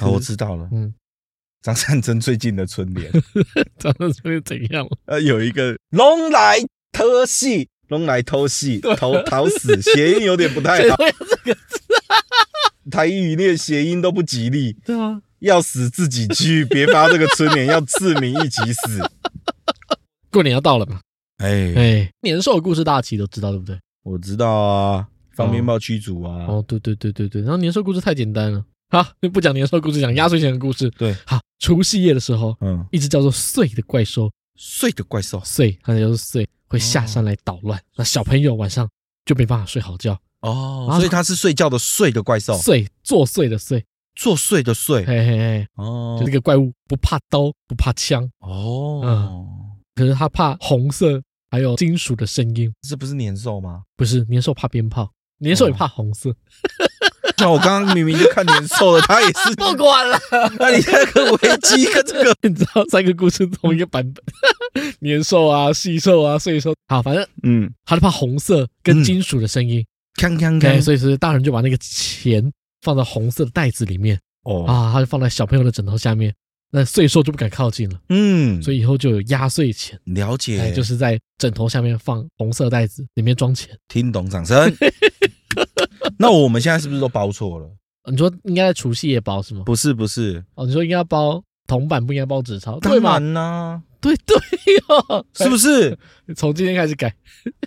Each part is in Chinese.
哦，我知道了，嗯， 张善珍最近的春联， 长得这个怎样？呃，有一个龙来偷戏，龙来偷戏，偷讨死，谐音有点不太 谁好， 会有这个字？台语念谐音都不吉利，对啊，要死自己去，别发这个春联，要市民一起死。过年要到了嘛， 哎，哎，年兽的故事大家其实都知道，对不对？我知道啊，放鞭炮驱逐啊，哦，对对对对对，然后年兽故事太简单了，好，不讲年兽故事，讲压岁钱的故事。对，好，除夕夜的时候，嗯，一只叫做祟的怪兽，睡的怪兽祟，它叫做祟，会下山来捣乱，那小朋友晚上就没办法睡好觉，哦然后所以它是睡觉的睡的怪兽，祟作祟的祟，作祟的祟，嘿嘿嘿，哦就这个怪物不怕刀，不怕枪，哦，可是它怕红色还有金属的声音，这不是年兽吗？ 不是年兽怕鞭炮，年兽也怕红色，像我刚刚明明就看年兽了，它也 是不管了。 那你那个危机跟这个， 你知道三个故事同一个版本， 年兽啊、细兽啊、岁兽，好，反正嗯，他就怕红色跟金属的声音，锵锵对，锵，哎所以是大人就把那个钱放到红色的袋子里面哦，啊，他就放在小朋友的枕头下面，那岁兽就不敢靠近了，嗯，所以以以后就有压岁钱，了哎，解，就是是在枕头下面放红色袋子，里面装钱。听懂掌 声。那我们现在是不是都包错了？你说应该在除夕夜包是吗？不是，不是，哦，你说应该要包铜板，不应该包纸钞，对当吗？然啦，对对哦，是不是从今天开始改，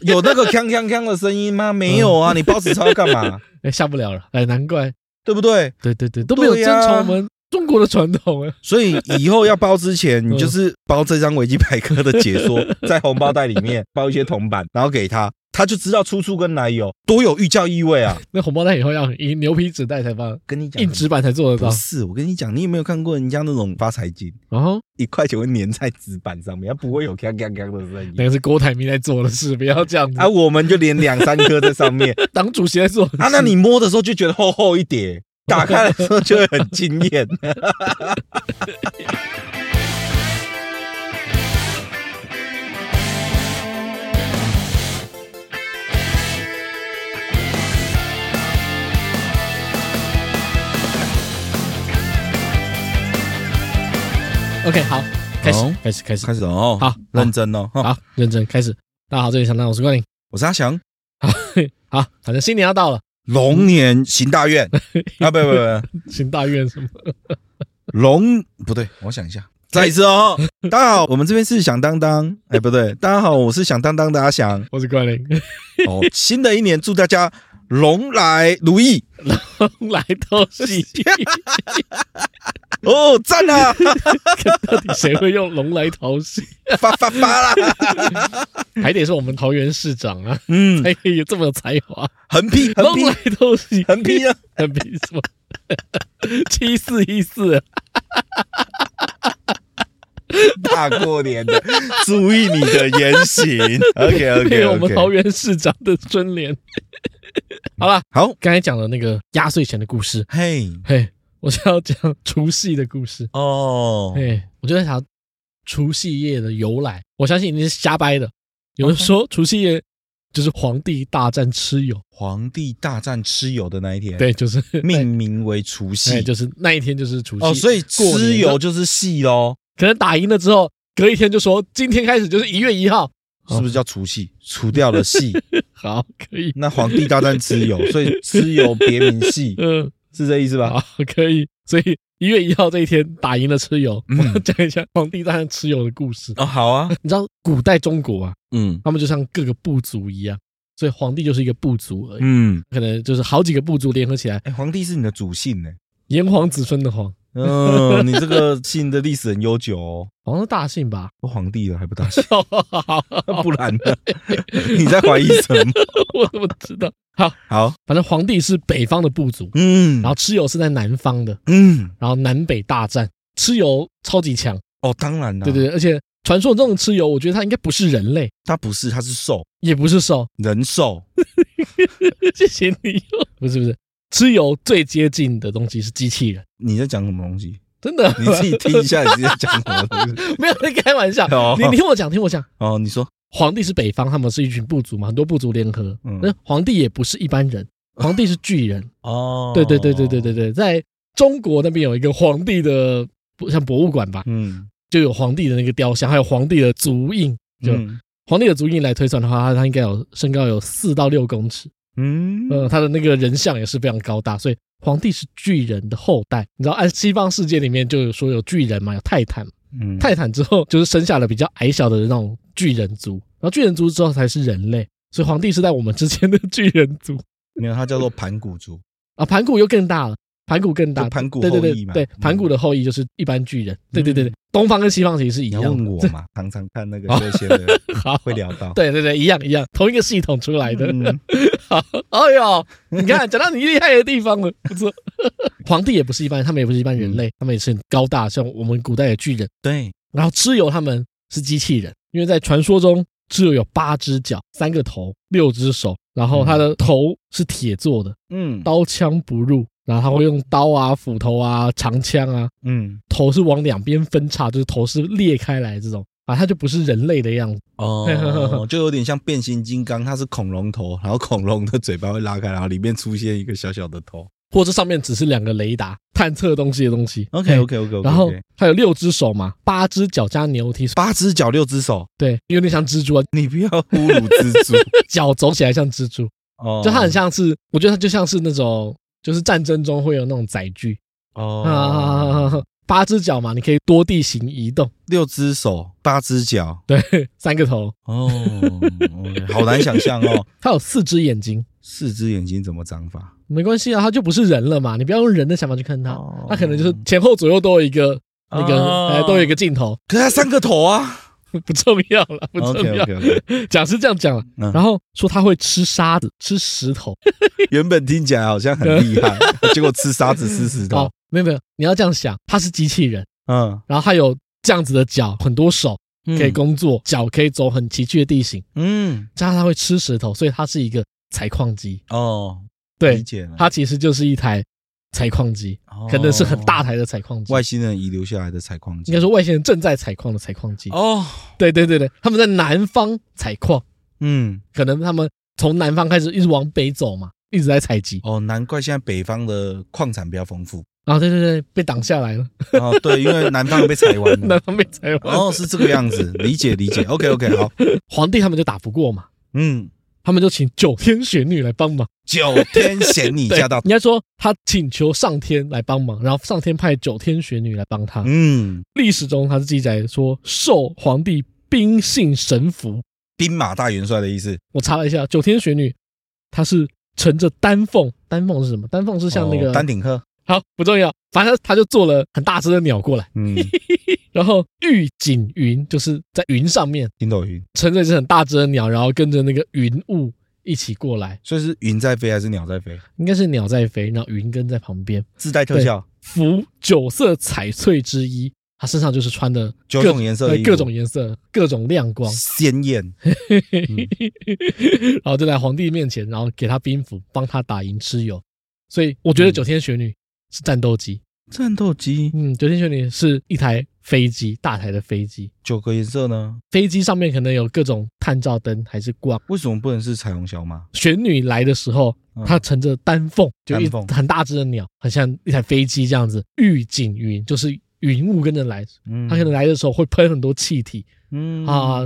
有那个锵锵锵的声音吗？没有啊，你包纸钞干 嘛？哎，下不了了，哎，难怪。对不对？对对对，都没有遵从我们中国的传统哎。所以以后要包之前，你就是包这张维基百科的解 说，在红包袋里面包一些铜板，然后给他，他就知道出处跟来由，多有寓教意味啊！那红包袋以后要以牛皮纸袋才放，跟你讲，硬纸板才做得不到。是，我跟你讲，你有没有看过人家那种发财金，然后一块钱会粘在纸板上面，它不会有锵锵锵的声那音。个是郭台铭在做的事，不要这样子。啊，我们就连两三颗在上面党主席在做的事啊，那你摸的时候就觉得厚厚一叠，打开的时候就会很惊艳。 OK 好，开好始开始开始，开始哦，好认真哦，哈，好认真开始。大家好，这里是小南，我是冠霖。我是阿翔，好，反正新年要到了，龙年行大运啊，不不不，行大愿什么？龙不对，我想一下。再一次哦，大家好，我们这边是响当当，哎，不对，大家好，我是响当当的阿翔。我是冠霖， 哦，新的一年祝大家龙来如意来偷袭。啊哦，赞 啊， 到底谁会用龙来讨喜？发发发啦，还得是我们桃园市 长啊，嗯，才可以有这么有才华。横批，横龙批来，偷袭，横批啊，很比什么？ 七四一四，大过年的，注意你的言 行。OK 配 OK 我们桃 OK，园市长的春联。 好了，好，刚才讲了那个压岁钱的故事，嘿，嘿，我是要讲除夕的故事。哦，嘿，我就在想除夕夜的由来，我相信你是瞎掰的。有人说除夕夜就是皇帝大战蚩 尤，皇帝大战蚩尤的那一天，，对，就是命名为除哎，夕，就是那一天就是除夕。哦，所以过蚩年尤就是戏喽，可能打赢了之后，隔一天就说今天开始就是一月一号。哦是不是叫除夕？除掉了 戏，好，可以，那皇帝大战蚩尤，所以蚩尤别名戏，嗯、是这意 思吧？好， 可以。所以一月一号这一天打赢了蚩尤，嗯我要讲一下皇帝大战蚩尤的故事。哦，好啊，你知道古代中国啊，嗯他们就像各个部族一样，所以皇帝就是一个部族而已，嗯，可能就是好几个部族联合起来，哎，皇帝是你的主姓呢。炎黄子孙的黄，嗯，你这个姓的历史很悠久哦，好像是大姓吧？，都皇帝了还不大姓 好，不然呢？哦 你在怀疑什么？我怎么知道？好，好，反正皇帝是北方的部族，嗯，然后蚩尤是在南方的，嗯，然后南北大战，蚩尤超级强，哦，当然啦，对对，对，而且传说中的蚩尤，我觉得他应该不是人类，他不是，他是兽，也不是兽，人兽，谢谢你哦。不是不是，蚩尤最接近的东西是机器人，你在讲什么东西？真的你自己听一下，你自己在讲什么东西？ 没有在开玩笑。哦你听我讲，听我讲，哦，你说，皇帝是北方，他们是一群部族嘛，很多部族联合。嗯那皇帝也不是一般人，皇帝是巨人。哦，对对对对对对对，在中国那边有一个皇帝的，不像博物馆吧，嗯，就有皇帝的那个雕像，还有皇帝的足印。就嗯皇帝的足印来推算的话，他他应该有身高有四到六公尺，嗯呃，他的那个人像也是非常高大，所以皇帝是巨人的后代。你知道，按西方世界里面就有说有巨人嘛，有泰坦嘛，嗯泰坦之后就是生下了比较矮小的那种巨人族，然后巨人族之后才是人类，所以皇帝是在我们之间的 巨人族没有，它叫做盘古族，啊，盘古又更大了。盘古更大，就盘古对对后裔对嘛对嗯，盘古的后裔就是一般巨人，对对对对嗯，东方跟西方其实是一你要样的。哦问我嘛，常常看那个这些的，好，会聊到。对对对，一样一样，同一个系统出来的。嗯好，哎呦，你看，讲到你厉害的地方了，不错。 嗯皇帝也不是一般，他们也不是一般人类，他们也是很高大，像我们古代的巨人。对，然后蚩尤他们是机器人，因为在传说中，蚩尤有八只脚、三个头、六只手，然后他的头是铁做的，嗯刀枪不入，然后他会用刀啊、斧头啊、长枪啊，嗯头是往两边分叉，就是头是裂开来这种啊，他就不是人类的样子。 哦，就有点像变形金刚，它是恐龙头，然后恐龙的嘴巴会拉开，然后里面出现一个小小的头。或者上面只是两个雷达探测东西的东西。 OK OK OK OK。然后它有六只手嘛，八只脚加牛蹄，八只脚六只手，对，有点像蜘蛛啊， 你不要侮辱蜘蛛脚走起来像蜘蛛，哦，就它很像是，我觉得它就像是那种，就是战争中会有那种载具 哦，啊，八只脚嘛，你可以多地形移动，六只手八只脚对，三个头，哦，OK，好难想象 哦，它有四只眼睛，四只眼睛怎么长法？没关系啊，它就不是人了嘛，你不要用人的想法去看它，哦它可能就是前后左右都有一个那个，哦呃，都有一个镜头， 可是它三个头啊。不重要了， 不重 OK 要， OK OK。讲是这样讲了，嗯然后说它会吃沙子，吃石头。原本听起来好像很厉害，结果吃沙子吃 石头哦。，没有没有，你要这样想，它是机器人，嗯，然后它有这样子的脚，很多手可以够。工作，脚可以走很崎岖的地形，嗯，加上它会吃石头，所以它是一个采矿机。哦，理对，解了。它其实就是一台采矿机，哦可能是很大台的采矿机，外星人遗留下来的采矿机。应该说外星人正在采矿的采矿机。哦，对对对对，他们在南方采矿，嗯，可能他们从南方开始一直往北走嘛，一直在采集。哦，难怪现在北方的矿产比较丰富。啊，对对对，被挡下来了，哦，对，因为南方被采完 南了。方被采完。嗯哦，是这个样子，理解理解。OK OK，好， 皇帝他们就打不过嘛，嗯，他们就请九天玄女来帮忙。九天玄女 对驾到，应该说他请求上天来帮忙，然后上天派九天玄女来帮他。嗯，历史中他是记载说受皇帝兵信神服。兵马大元帅的意思，我查了一下，九天玄女她是乘着丹凤，丹凤是什么？丹凤是像那个、哦丹顶鹤，好不重要，反正他就做了很大只的鸟过来， 嗯，然后御锦云就是在云上面筋斗云，乘着一只很大只的鸟，然后跟着那个云雾一起过来，所以是云在飞还是鸟在飞？应该是鸟在飞，然后云跟在旁边。自带特效，服九色彩翠之一，他身上就是穿的九各种颜色的对衣服各种颜色、各种亮光， 鲜艳，然后就在皇帝面前，然后给他兵符，帮他打赢蚩尤。所以我觉得嗯九天玄女是战斗机，战斗机嗯，九天玄女是一台飞机，大台的飞机，九个颜色呢？飞机上面可能有各种探照灯还是光。为什么不能是彩虹小马？玄女来的时候，嗯她乘着丹凤，就一丹凤很大只的鸟，很像一台飞机这样子，御景云就是云雾跟着来，嗯它可能来的时候会喷很多气体，嗯啊，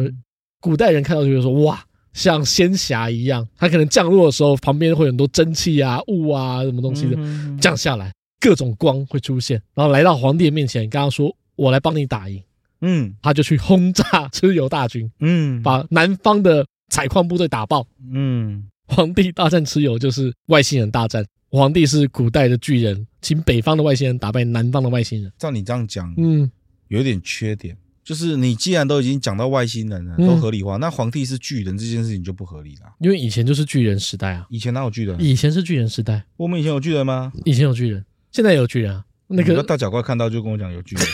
古代人看到就会说哇，像仙侠一样。它可能降落的时候，旁边会有很多蒸汽啊、雾啊什么东西的嗯降下来，各种光会出现，然后来到皇帝的面前，跟他说：“我来帮你打赢。嗯”他就去轰炸 蚩尤大军，嗯把南方的采矿部队打爆。嗯皇帝大战蚩尤就是外星人大战，皇帝是古代的巨人，请北方的外星人打败南方的外星人。照你这样讲，嗯，有点缺点，就是你既然都已经讲到外星人了，嗯都合理化，那皇帝是巨人这件事情就不合理啦。因为以前就是巨人时代啊，以前哪有巨人？以前是巨人时代，我们以前有巨人吗？以前有巨人，现在也有巨人啊。那你个大脚怪看到就跟我讲有 巨人，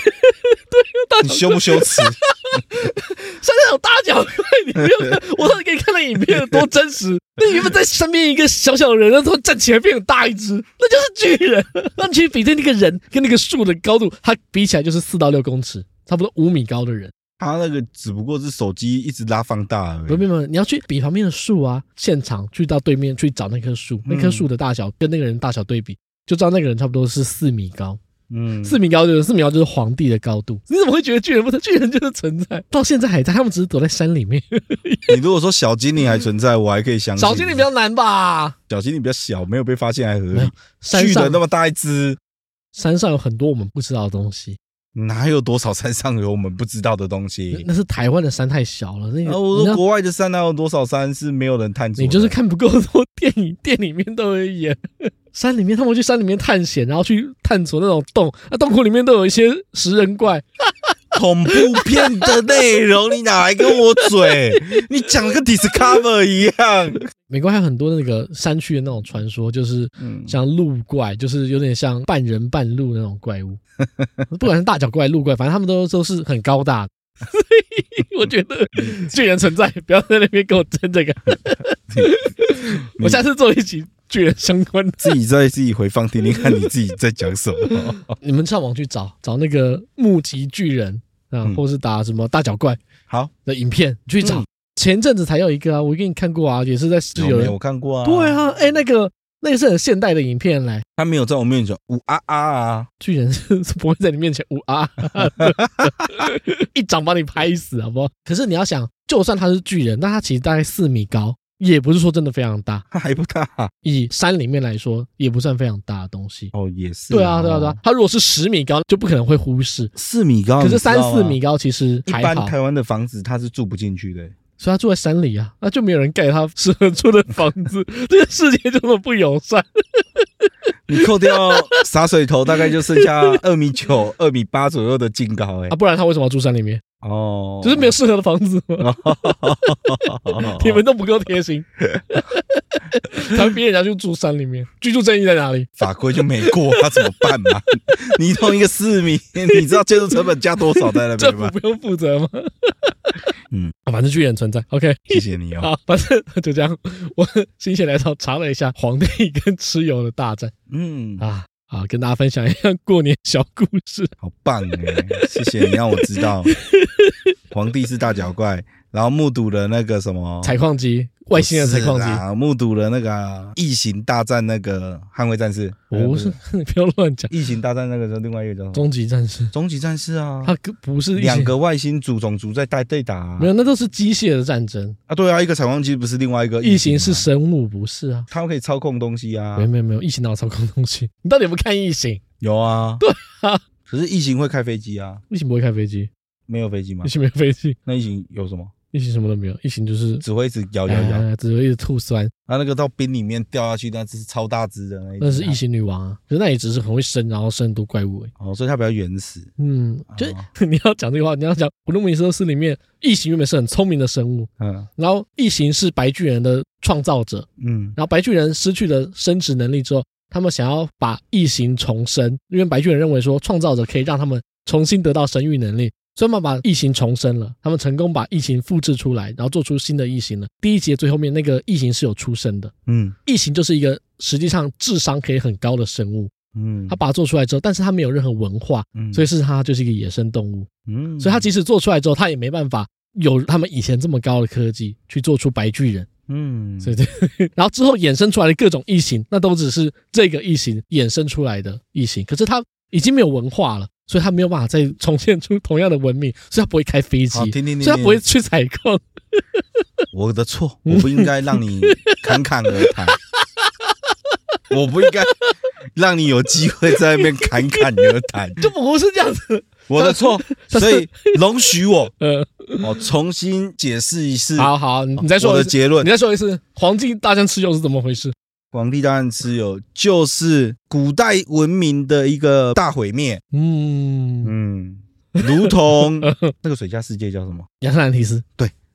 你羞不羞耻？像那种大脚怪，你没有看，我说你可以看那影片有多真 实。那原本在身边一个小小的人，然后突然站起来变很大一只， 那就是巨人。 那你去比对那个人跟那个树的高度，它比起来就是四到六公尺，差不多五米高的人。他那个只不过是手机一直拉放大而不不已。不，你要去比旁嗯边的树啊，现场去到对面去找那棵树，那棵树的大小跟那个人大小对比，就知道那个人差不多是四米高。嗯，四米高就是四米高就是皇帝的高度。你怎么会觉得巨人不存在？巨人就是存在，到现在还在，他们只是躲在山里面。你如果说小精灵还存在，我还可以相信。小精灵比较难吧？小精灵比较小，没有被发现还合没理有。山巨人上那么大一只，山上有很多我们不知道的东西，哪有多少山上有我们不知道的东那西？那是台湾的山太小了。那个啊，我你知说道国外的山哪有多少山是没有人探索的？你就是看不够多电影， 电影里面都有演。山里面，他们去山里面探险，然后去探索那种洞，那洞窟里面都有一些食人怪。恐怖片的内 容，你哪来跟我嘴？你讲的跟 Discover 一样。美国还有很多那个山区的那种传说，就是嗯像鹿怪，就是有点像半人半鹿那种怪物， 不管是大脚怪、鹿怪，反正他们都都是很高大的。 所以我觉得巨人存在，不要在那边跟我争这个。 我下次做一集巨人相关的， 自己在自己回放听听看你自己在讲什么。 你们上网去找找那个目击巨人啊，嗯或是打什么大脚怪，好，的影片你去找。嗯前阵子才有一个啊，我给你看过啊，也是在室有友没人有。看过啊？对，啊，哎、那个那个是很现代的影片来，他没有在我面前讲呜啊啊啊，巨人是是不会在你面前呜啊， 一掌把你拍死，好不好？可是你要想，就算他是巨人，那他其实大概四米高，也不是说真的非常大，他还不大以山里面来说，也不算非常大的东西。哦，也是。对啊，对啊，对啊，，他如果是十米高，就不可能会忽视。四米高，可你是知道三吗四米，高其实一还般好，台湾的房子他是住不进去的。所以他住在山里啊，那就没有人盖他适合住的房子， 这个世界就这么不友善。你扣掉洒水头，大概就剩下二米九、二米八左右的净高。哎啊，，不然他为什么要住山里面？哦，就是没有适合的房子吗？ 你哦们都不够贴心，才逼人家去住山里面。居住正义在哪里？法规就没过，他怎么办嘛？ 你弄一个四米，你知道建筑成本加多少在那政边 府吗？不用负责吗？嗯 啊，反正巨人存在。OK，谢谢你哦。 好，反正就这样。我心血来潮查了一下皇帝跟蚩尤的大战嗯，啊。好，跟大家分享一下过年小故事。好棒哎！谢谢你让我知 道，皇帝是大脚怪，然后目睹了那个什么采矿机，外星人采矿不机，是啦目睹了那个啊异形大战那个捍卫战士，不哦是， 你不要乱讲。异形大战那个时候另外一个叫什么？终极战士，终极战士啊，它跟不是一些两个外星族种族在带对打啊没有，那都是机械的战争。啊，对啊，一个采光机不是另外一个异形是啊吗生物，不是啊？他们可以操控东西啊没有，没有没有，异形哪有操控东西？ 你到底有没有看异形？有啊，对啊，可是异形会开飞机啊，异形不会开飞机，没有飞机吗异？形没有飞机，那异形有什么？异形什么都没有，异形就是只会一直摇摇摇，哎只会一直吐酸。它那个到冰里面掉下去，那只是超大只的那一只啊那是异。形女王啊，可是那也只是很会生，然后生很多怪物而已。哦，所以它比较原始。嗯，啊就是、 你要讲这句话，你要讲《古鲁米修斯》里面，异形原本是很聪明的生物，嗯然后异形是白巨人的创造者，嗯，然后白巨人失去了生殖能力之后，他们想要把异形重生，因为白巨人认为说创造者可以让他们重新得到生育能力，所以他们把异形重生了。他们成功把异形复制出来，然后做出新的异形了。第一集的最后面那个异形是有出生的，嗯异形就是一个实际上智商可以很高的生物，嗯，他把它做出来之后，但是他没有任何文化，嗯所以是它就是一个野生动物，嗯，所以它即使做出来之后，它也没办法。有他们以前这么高的科技去做出白巨人，嗯，所以这， 然后之后衍生出来的各种异形，那都只是这个异形衍生出来的异形，可是它已经没有文化了，所以它没有办法再重现出同样的文明，所以它不会开飞机，好，听听听，所以它听不会嗯去采矿。我的错，我不应该让你侃侃而 谈，我不应该让你有机会在那边侃侃而谈，就不是这样子，我的 错，所以容许我呃，哦重新解释一次好好，你你再说我一的次，结论你。再说一次，黄金大战蚩尤是怎么回事？皇帝大战蚩尤就是古代文明的一个大毁灭，嗯，嗯，如 同那个水下世界叫什么？亚特兰提斯，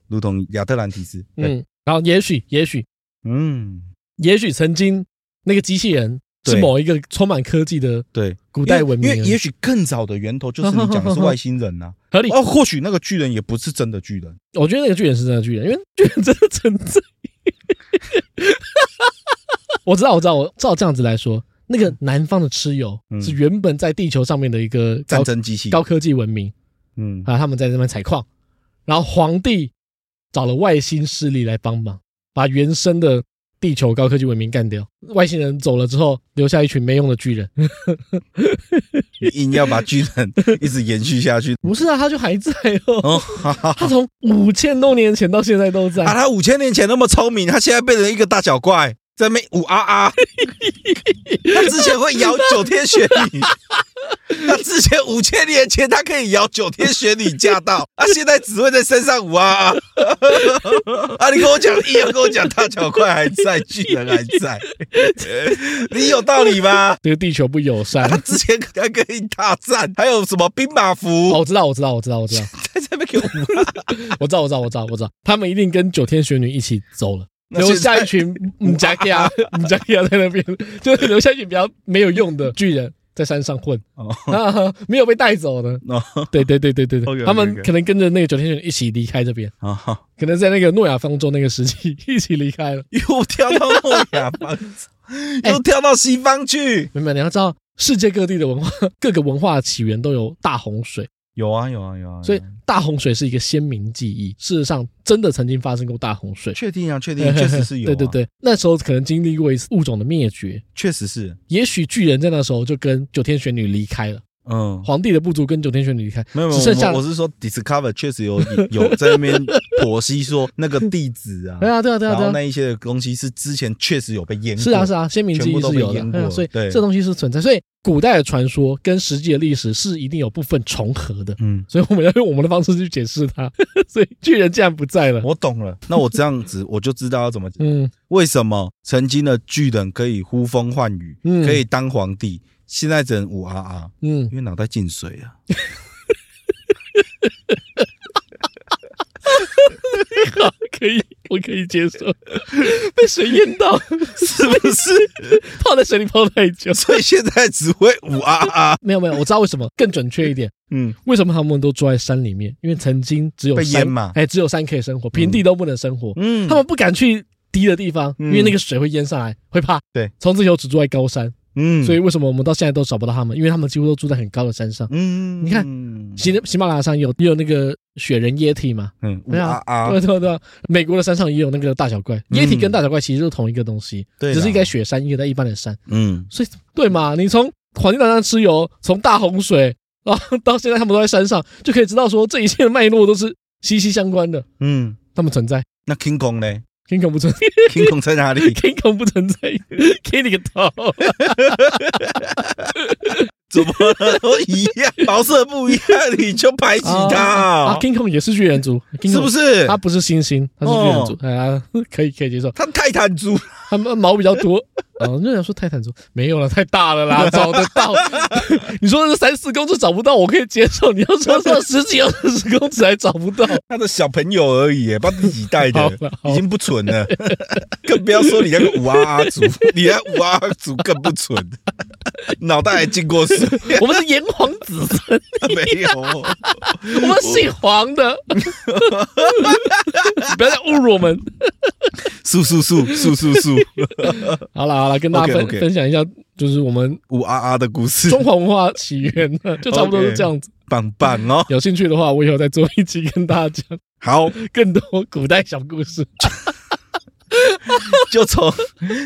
如同亚特兰提斯。对，嗯，然后也许，也许，嗯，也许曾经那个机器人是对某一个充满科技的对，古代文明因为因为也许更早的源头就是你讲的是外星人呐、 合理。哦，或许那个巨人也不是真的巨人，我觉得那个巨人是真的巨人，因为巨人真的存在。 我知道，我知道，我照这样子来说，那个南方的蚩尤嗯是原本在地球上面的一个战高争机器。高科技文明嗯，啊，他们在那边采矿，然后皇帝找了外星势力来帮忙，把原生的地球高科技文明干掉，外星人走了之后，留下一群没用的巨人。你硬要把巨 人一直延续下去。不是啊，他就还在哦，哦，哈哈他从五千多年前到现在都在啊，。他五千年前那么聪明，他现在变成一个大脚怪，在那边五啊啊。 他之前会摇九天玄女， 他之前五千年前他可以摇九天玄女驾到，他现在只会在身上五啊啊。 啊，你跟我讲，硬要跟我讲大脚怪还在，巨人还在， 你有道理吗？ 这个地球不友善。啊他之前还跟你大战，还有什么兵马哦，符，我知道，我知道，我知道，我知道，在这边给我五啊我知道，我知道，我知道，我知道，他们一定跟九天玄女一起走了。那留现在 下一群姆加克亚、姆加克亚在那边，就是留下一群比较没有用的巨人在山上混，哦啊，没有被带走的。哦对对对对对对， OK，OK，OK 他们可能跟着那个九天玄女一起离开这边，哦好。可能在那个诺亚方舟那个时期 一起离开了。 又跳到诺亚 方舟，哎又跳到西方去。明白？你要知道，世界各地的文化，各个文化起源都有大洪水，有啊，有啊，有啊。所以大洪水是一个鲜明记忆。事实上，真的曾经发生过大洪水，确定啊，确定，确实是有、啊。 对对，对，那时候可能经历过一次物种的灭绝，确实是。也许巨人在那时候就跟九天玄女离开了，嗯，皇帝的部族跟九天玄女离开，没有没只剩有，下我我是说 Discover 确实有 有在那边剖析说那个地址啊，对啊对啊对啊然对后啊。那一些的东西是之前确实有被淹过。是啊是啊，鲜明记忆是有全部都被的淹，过对啊了所以对这东西是存在，所以古代的传说跟实际的历史是一定有部分重合的，嗯，所以我们要用我们的方式去解释它。 所以巨人竟然不在了，我懂了。那我这样 子我就知道要怎么嗯，为什么曾经的巨人可以呼风唤雨，嗯可以当皇帝，现在只能五啊啊。嗯 因，为脑袋进水 啊。好，可以，我可以接受。 被水淹到， 是不是？泡在水里泡太 久。所以现在只会五啊啊，没有没有，我知道为什么，更准确一点，嗯，为什么他们都住在山里面？因为曾经只有被山淹嘛哎，只有山可以生活，平地都不能生活。嗯他们不敢去低的地方，因嗯为那个水会淹上来，会怕。对，从此以后只住在高山。嗯所以为什么我们到现在都找不到他们？因为他们几乎都住在很高的山上。嗯你看喜喜马拉雅山有也有那个雪人液体嘛？嗯五对啊啊，啊对，对对，美国的山上也有那个大小怪，嗯液体跟大小怪其实是同一个东西，对啦只是一个在雪山，一个在一般的山，嗯，所以对嘛？你从黄金岛上吃油，从大洪水，然后到现在他们都在山上，就可以知道说这一切的脉络都是息息相关的，嗯，他们存在。那 King Kong 呢 King Kong 不存在？King Kong 在哪里？ ，King Kong 不存在，King 啊你个头！怎么了都一样，毛色不一样，你就排挤 啊他， ，King Kong 啊也是巨人族，是哦不？是他？不是猩猩，他是巨人族，哎呀，可以可以接受。他泰坦族，他们毛比较多。 哦，那想说泰坦族没有了，太大了啦，找得到。 你说那三四公尺找不到，我可以接受。你要说到十几二十公尺还找不到，他的小朋友而已，帮自己带 好的了，好哎已经不蠢了， 更不要说你那个五啊 啊族，你那五啊啊族更不蠢，脑袋还进过水，我们是炎黄子孙， 没有。 我们姓黄的， 不要再侮辱我们。速速速速速速，好了好了，跟大家分 OK，OK 分享一下，就是我们五啊啊的故事，中华文化起源呢，就差不多是这样子。棒棒哦！有兴趣的话，我以后再做一期跟大家讲好，更多古代小故事。就从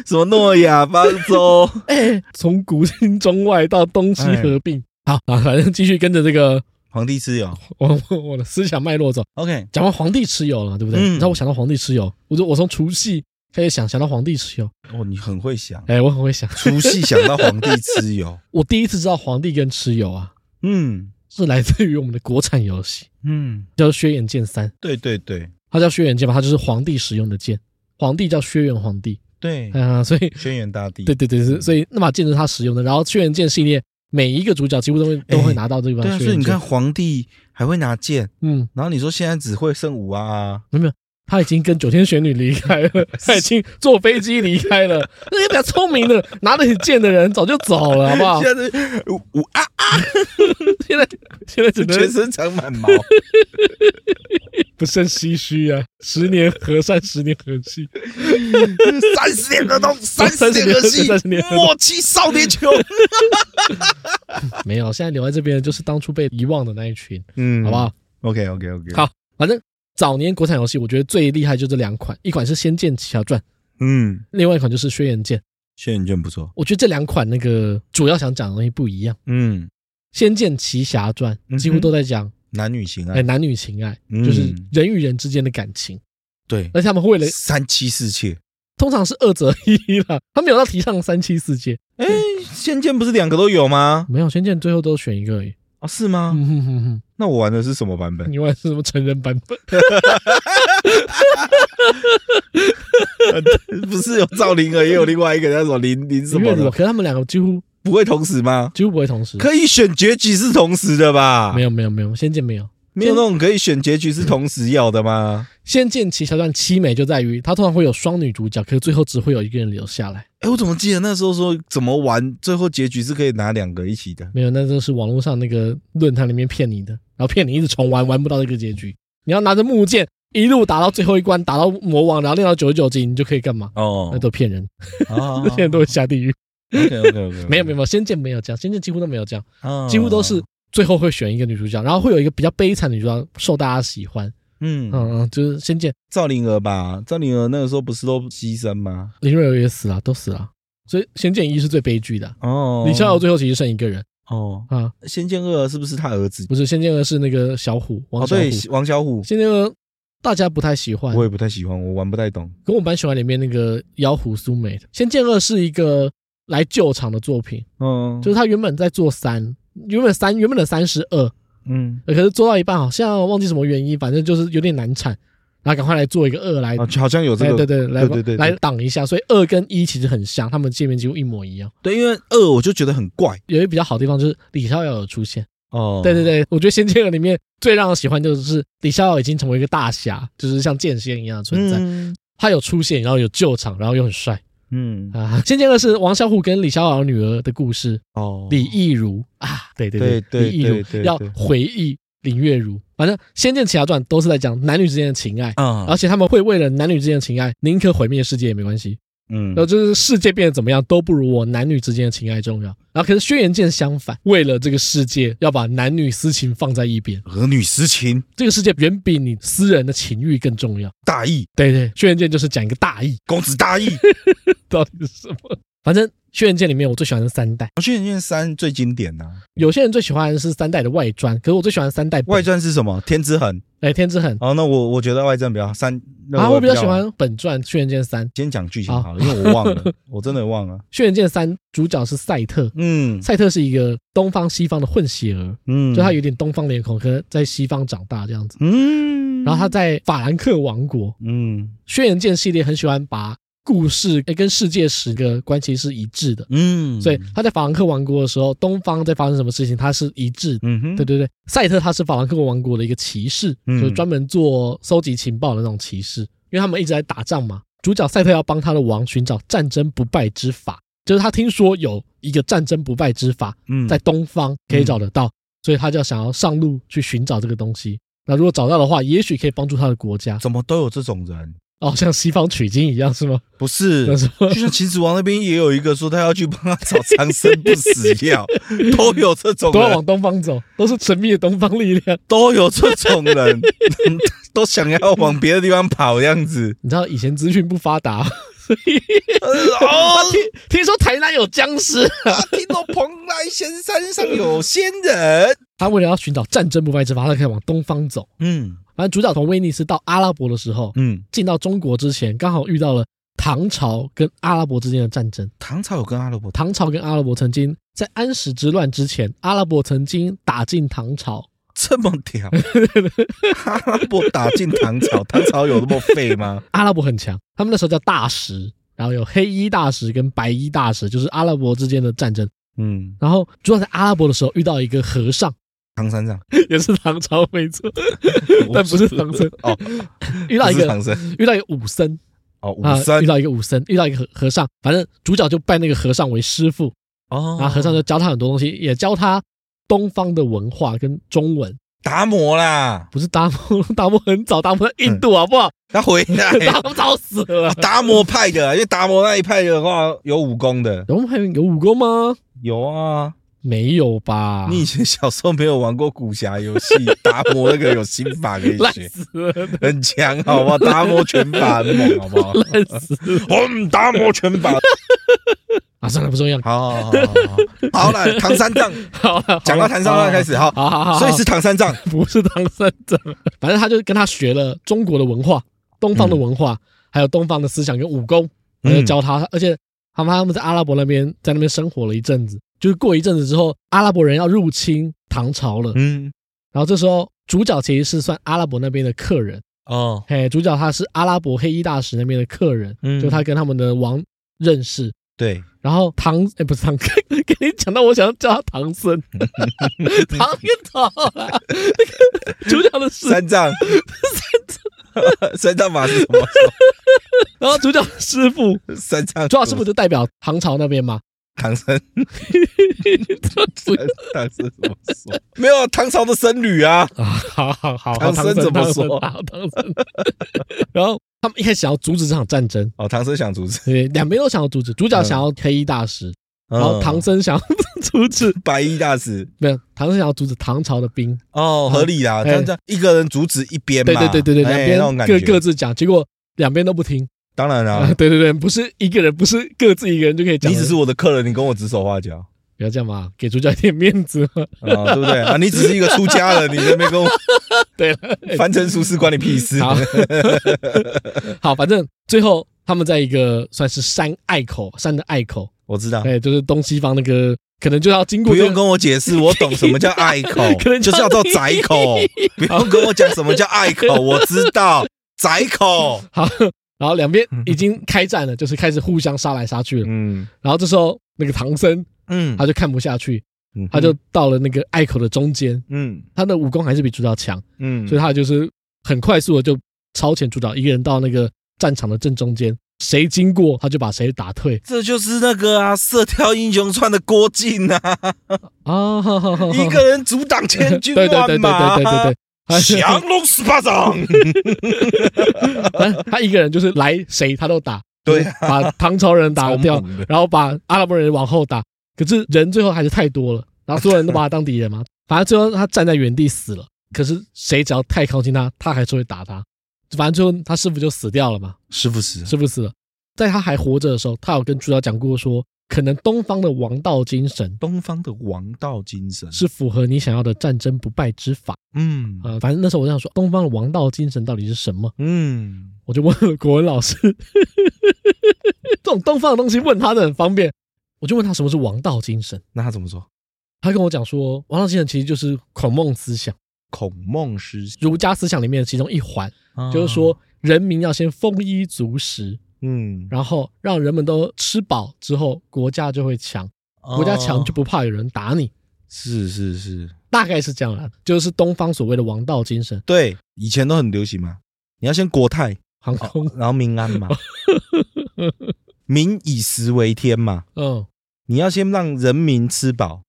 什么诺亚方舟， 哎，从古今中外到东西合并。好啊，反正继续跟着这个皇帝蚩尤。我我我的思想脉络走。 OK，讲完皇帝蚩尤了，对不对？嗯你知道我想到皇帝蚩尤，我就我从除夕开始想，想到皇帝蚩尤。哦，你很会想，哎、我很会想，除夕想到皇帝蚩 尤，我第一次知道皇帝跟蚩尤啊，嗯是来自于我们的国产游戏，嗯，叫《轩辕剑三》。对对对它叫轩辕剑嘛，它就是皇帝使用的剑，皇帝叫轩辕皇帝对，啊、所以轩辕大帝，对对对，是所以那把剑是他使用的。然后轩辕剑系列每一个主角几乎都会都会哎拿到这把对啊，轩辕剑。所以你看，皇帝还会拿剑，嗯，然后你说现在只会剩五啊啊，他已经跟九天玄女离开了，他已经坐飞机离开了。那些比较聪明的、拿得起剑的人早就走了，好不 好？现在是五五啊，现在现在只全能身长满 毛，不胜唏嘘啊！十年河山，十年河西，三十年河 东，三十年河西三十年，河东莫欺少年 穷。没有。现在留在这边的就是当初被遗忘的那一群，嗯好不好？ ？OK OK OK，好反正早年国产游戏，我觉得最厉害就这两款，一款是《仙剑奇侠传》，嗯，另外一款就是轩辕剑。轩辕剑不错，我觉得这两款那个主要想讲的东西不一样，《嗯，仙剑奇侠传嗯哼》几乎都在讲男女情哎爱，男女情爱，嗯就是人与人之间的感情，对，而且他们为了三妻四妾。通常是二择一啦，他们有到提倡三妻四妾，哎，仙剑不是两个都有吗？没有《仙剑》最后都选一个而已。哦，是吗？嗯哼哼哼，那我玩的是什么版本？你玩是什么成人版本？不是有赵灵儿，也有另外一个叫什么林林什林月么如啊，的，可是他们两个几乎不会同时吗？几乎不会同时。可啊以选结局是同时的吧？没有，有没有没有，《仙剑》没有。没有那种可以选结局是同时要的吗？ 《仙剑奇侠传》凄美就在于，它通常会有双女主角，可是最后只会有一个人留下来。哎，我怎么记得那时候说怎么玩，最后结局是可以拿两个一起的？没有，那都是网络上那个论坛里面骗你的，然后骗你一直重玩，玩不到这个结局。你要拿着木剑一路打到最后一关，打到魔王，然后练到九十九级，你就可以干嘛？那 哦，都骗人，啊那些人都会下地狱。 OK OK OK，没有没有，没有，《仙剑》没有这样，《仙剑》几乎都没有这样，有几乎都是最后会选一个女主角，然后会有一个比较悲惨的女主角受大家喜欢。嗯嗯嗯，就是《仙剑》，赵灵儿吧，赵灵儿那个时候不是都牺牲吗？林瑞儿也死了，都死了，所以《仙剑一》是最悲剧的。哦，李逍遥最后其实剩一个人哦，啊， 《仙剑二》是不是他儿子？不是《仙剑二》是那个小虎王哦，小虎，对，《王小虎，仙剑二》大家不太喜欢，我也不太喜欢，我玩不太懂。可我蛮喜欢里面那个妖狐苏美的。《仙剑二》是一个来救场的作品，嗯，就是他原本在做三，原本三原本的三十二，嗯，可是做到一半好像忘记什么原因，反正就是有点难产，然后赶快来做一个二来。啊，好像有这哎，个，对对，来对对对来挡一下，所以二跟一其实很像，他们界面几乎一模一样。对，因为二我就觉得很怪有一个比较好的地方就是李逍遥有出现，哦对对，对，我觉得《仙剑二》里面最让人喜欢就是李逍遥已经成为一个大侠，就是像剑仙一样的存在。嗯他有出现，然后有救场，然后又很帅嗯，啊！《仙剑二》是王小虎跟李逍遥女儿的故事，哦，李亦儒啊，对对对对李亦儒对对对要回忆林月如。反正《仙剑奇侠传》都是在讲男女之间的情爱。啊而，且他们会为了男女之间的情爱，宁可毁灭世界也没关系。嗯然后就是世界变得怎么样，都不如我男女之间的情爱重要。然后可是轩辕剑相反，为了这个世界，要把男女私情放在一边。儿女私情这个世界远比你私人的情欲更重要。大义，对对，轩辕剑就是讲一个大义， 公子大义。到底是什么？反正轩辕剑里面我最喜欢的是三代， 《轩辕剑三》最经典呐，有些人最喜欢的是三代的外传，可是我最喜欢三代本外传是什么？天之痕。哎天之痕哦，那我我觉得外传比较三，那啊，我比较喜好欢本传轩辕剑三。先讲剧情好好了，因为我忘了，我真的忘了。轩辕剑三主角是赛特， 嗯赛特是一个东方西方的混血儿，嗯，就他有点东方脸孔，可是在西方长大这样子。嗯，然后他在法兰克王国，嗯轩辕剑系列很喜欢把故事哎跟世界史的关系是一致的。嗯，所以他在法兰克王国的时候，东方在发生什么事情，他是一致的。嗯哼，对对对，赛特他是法兰克王国的一个骑士，嗯就是专门做搜集情报的那种骑士，因为他们一直在打仗嘛。主角赛特要帮他的王寻找战争不败之法，就是他听说有一个战争不败之法嗯在东方可以找得到，所以他就想要上路去寻找这个东西。那如果找到的话，也许可以帮助他的国家，怎么都有这种人，哦，像西方取经一样是吗？不是那？是就像秦始皇那边也有一个说他要去帮他找长生不死药，都有这种 都要人往，东方走，都是神秘的东方力量。都有这种人， 都想要往别的地方跑这样子。你知道以前资讯不发达，哦， 听说台南有僵尸，听到蓬莱仙山上有仙人， 他为了要寻找战争不败之法，他可以往东方走。嗯反正主角从威尼斯到阿拉伯的时候，嗯，进到中国之前，刚好遇到了唐朝跟阿拉伯之间的战争。唐朝有跟阿拉伯，唐朝跟阿拉伯曾经在安史之乱之前，阿拉伯曾经打进唐朝，这么屌，阿拉伯打进唐朝，唐朝有那么废吗？阿拉伯很强，他们那时候叫大食，然后有黑衣大食跟白衣大食，就是阿拉伯之间的战争。嗯，然后主角在阿拉伯的时候遇到一个和尚， 唐三藏，也是唐朝没 错，但不是唐僧，哦， 遇到不一是个唐僧，遇到一个武僧哦，武啊，僧遇，到一个武僧，遇到一个和和尚，反正主角就拜那个和尚为师傅，哦然后和尚就教他很多东西，也教他东方的文化跟中文。达摩啦，不是达摩，达摩很早，达摩在印度好不好？他回来了达摩早死了。达摩派的，因为达摩那一派的话有武功的，然后还有有武功吗？有啊，没有吧？你以前小时候没有玩过武侠游戏，达摩那个有心法可以烂学，死了，很强，好不好？达摩拳法很猛，好不好？烂死了嗯，达摩拳法，啊！算了，不重要。好好好好好，好了，唐三藏，好了，讲到唐三藏开始，好，好好好，所以是唐三藏，不是唐三藏， 反正他就跟他学了中国的文化、东方的文化，还有东方的思想跟武功，然后就教他。而且他们他们在阿拉伯那边，在那边生活了一阵子，就是过一阵子之后，阿拉伯人要入侵唐朝了。嗯，然后这时候主角其实是算阿拉伯那边的客人，哦，嘿，主角他是阿拉伯黑衣大使那边的客人，嗯就他跟他们的王认识。 对，然后唐哎、不是唐， 给你讲到我想要叫他唐僧，唐跟唐啊， 那个主角的事三 藏， 三藏法是什么？然后主角的师傅，三藏 主角师傅就代表唐朝那边嘛。唐 僧，唐僧怎么 说？没有唐朝的僧侣啊，啊，好好好，唐僧怎么说好，唐僧。 然后他们一开始想要阻止这场战争，哦，唐僧想阻止，对，两边都想要阻止。主角想要黑衣大使，嗯然后哦唐僧想要 阻止，白衣大使，没有，唐僧想要阻止唐朝的兵。哦，合理啦，哎这样一个人阻止一边嘛，对对对对对，哎那种两感边各觉各自讲，结果两边都不听。当然啦啊，， 对对对，不是一个人，不是各自一个人就可以讲你的。只是我的客人，你跟我指手画脚。不要这样嘛，给主角一点面子嘛。 啊，对不对啊？你只是一个出家人，你这边跟我对了，凡尘俗世关你屁事。好，好，反正最后他们在一个算是山隘口，山的隘口， 我知道，哎，就是东西方那个，可能就要经过不这个、用跟我解释，我懂什么叫隘 口可能，就就是要到窄 口。不用跟我讲什么叫隘口，我知道窄口。好，然后两边已经开战了，就是开始互相杀来杀去了。嗯然后这时候那个唐僧嗯他就看不下去，嗯他就到了那个隘口的中间，嗯他的武功还是比主角强，嗯，所以他就是很快速的就超前主角一个人到那个战场的正中间，谁经过他就把谁打退这就是那个啊，《射雕英雄传》的郭靖啊， 啊，好好好好一个人阻挡千军对对对对万马，对对对对，降龙十八掌。他他一个人就是来谁他都打，对就是把唐朝人 打掉 超猛的，然后把阿拉伯人往后打，可是人最后还是太多了，然后所有人都把他当敌人嘛， 反正最后他站在原地死了，可是谁只要太靠近他，他还是会打他，反正最后他师傅就死掉了嘛，师傅死，师傅死了，在他还活着的时候，他有跟主角讲过说，可能东方的王道精神东方的王道精神。是符合你想要的战争不败之法，嗯呃，反正那时候我就想说，东方的王道精神到底是什么？嗯。我就问了国文老师， 这种东方的东西问他的很方便，我就问他什么是王道精神，那他怎么说？他跟我讲说，王道精神其实就是孔孟思想、孔孟诗，儒家思想里面的其中一环，啊就是说人民要先丰衣足食，嗯，然后让人们都吃饱之后，国家就会强，哦国家强就不不怕有人打你，是是是，大概是这样啦，就是东方所谓的王道精神，对，以前都很流行嘛。你要先国泰，航空，然后民安嘛，民以食为天嘛。嗯，你要先让人民吃饱，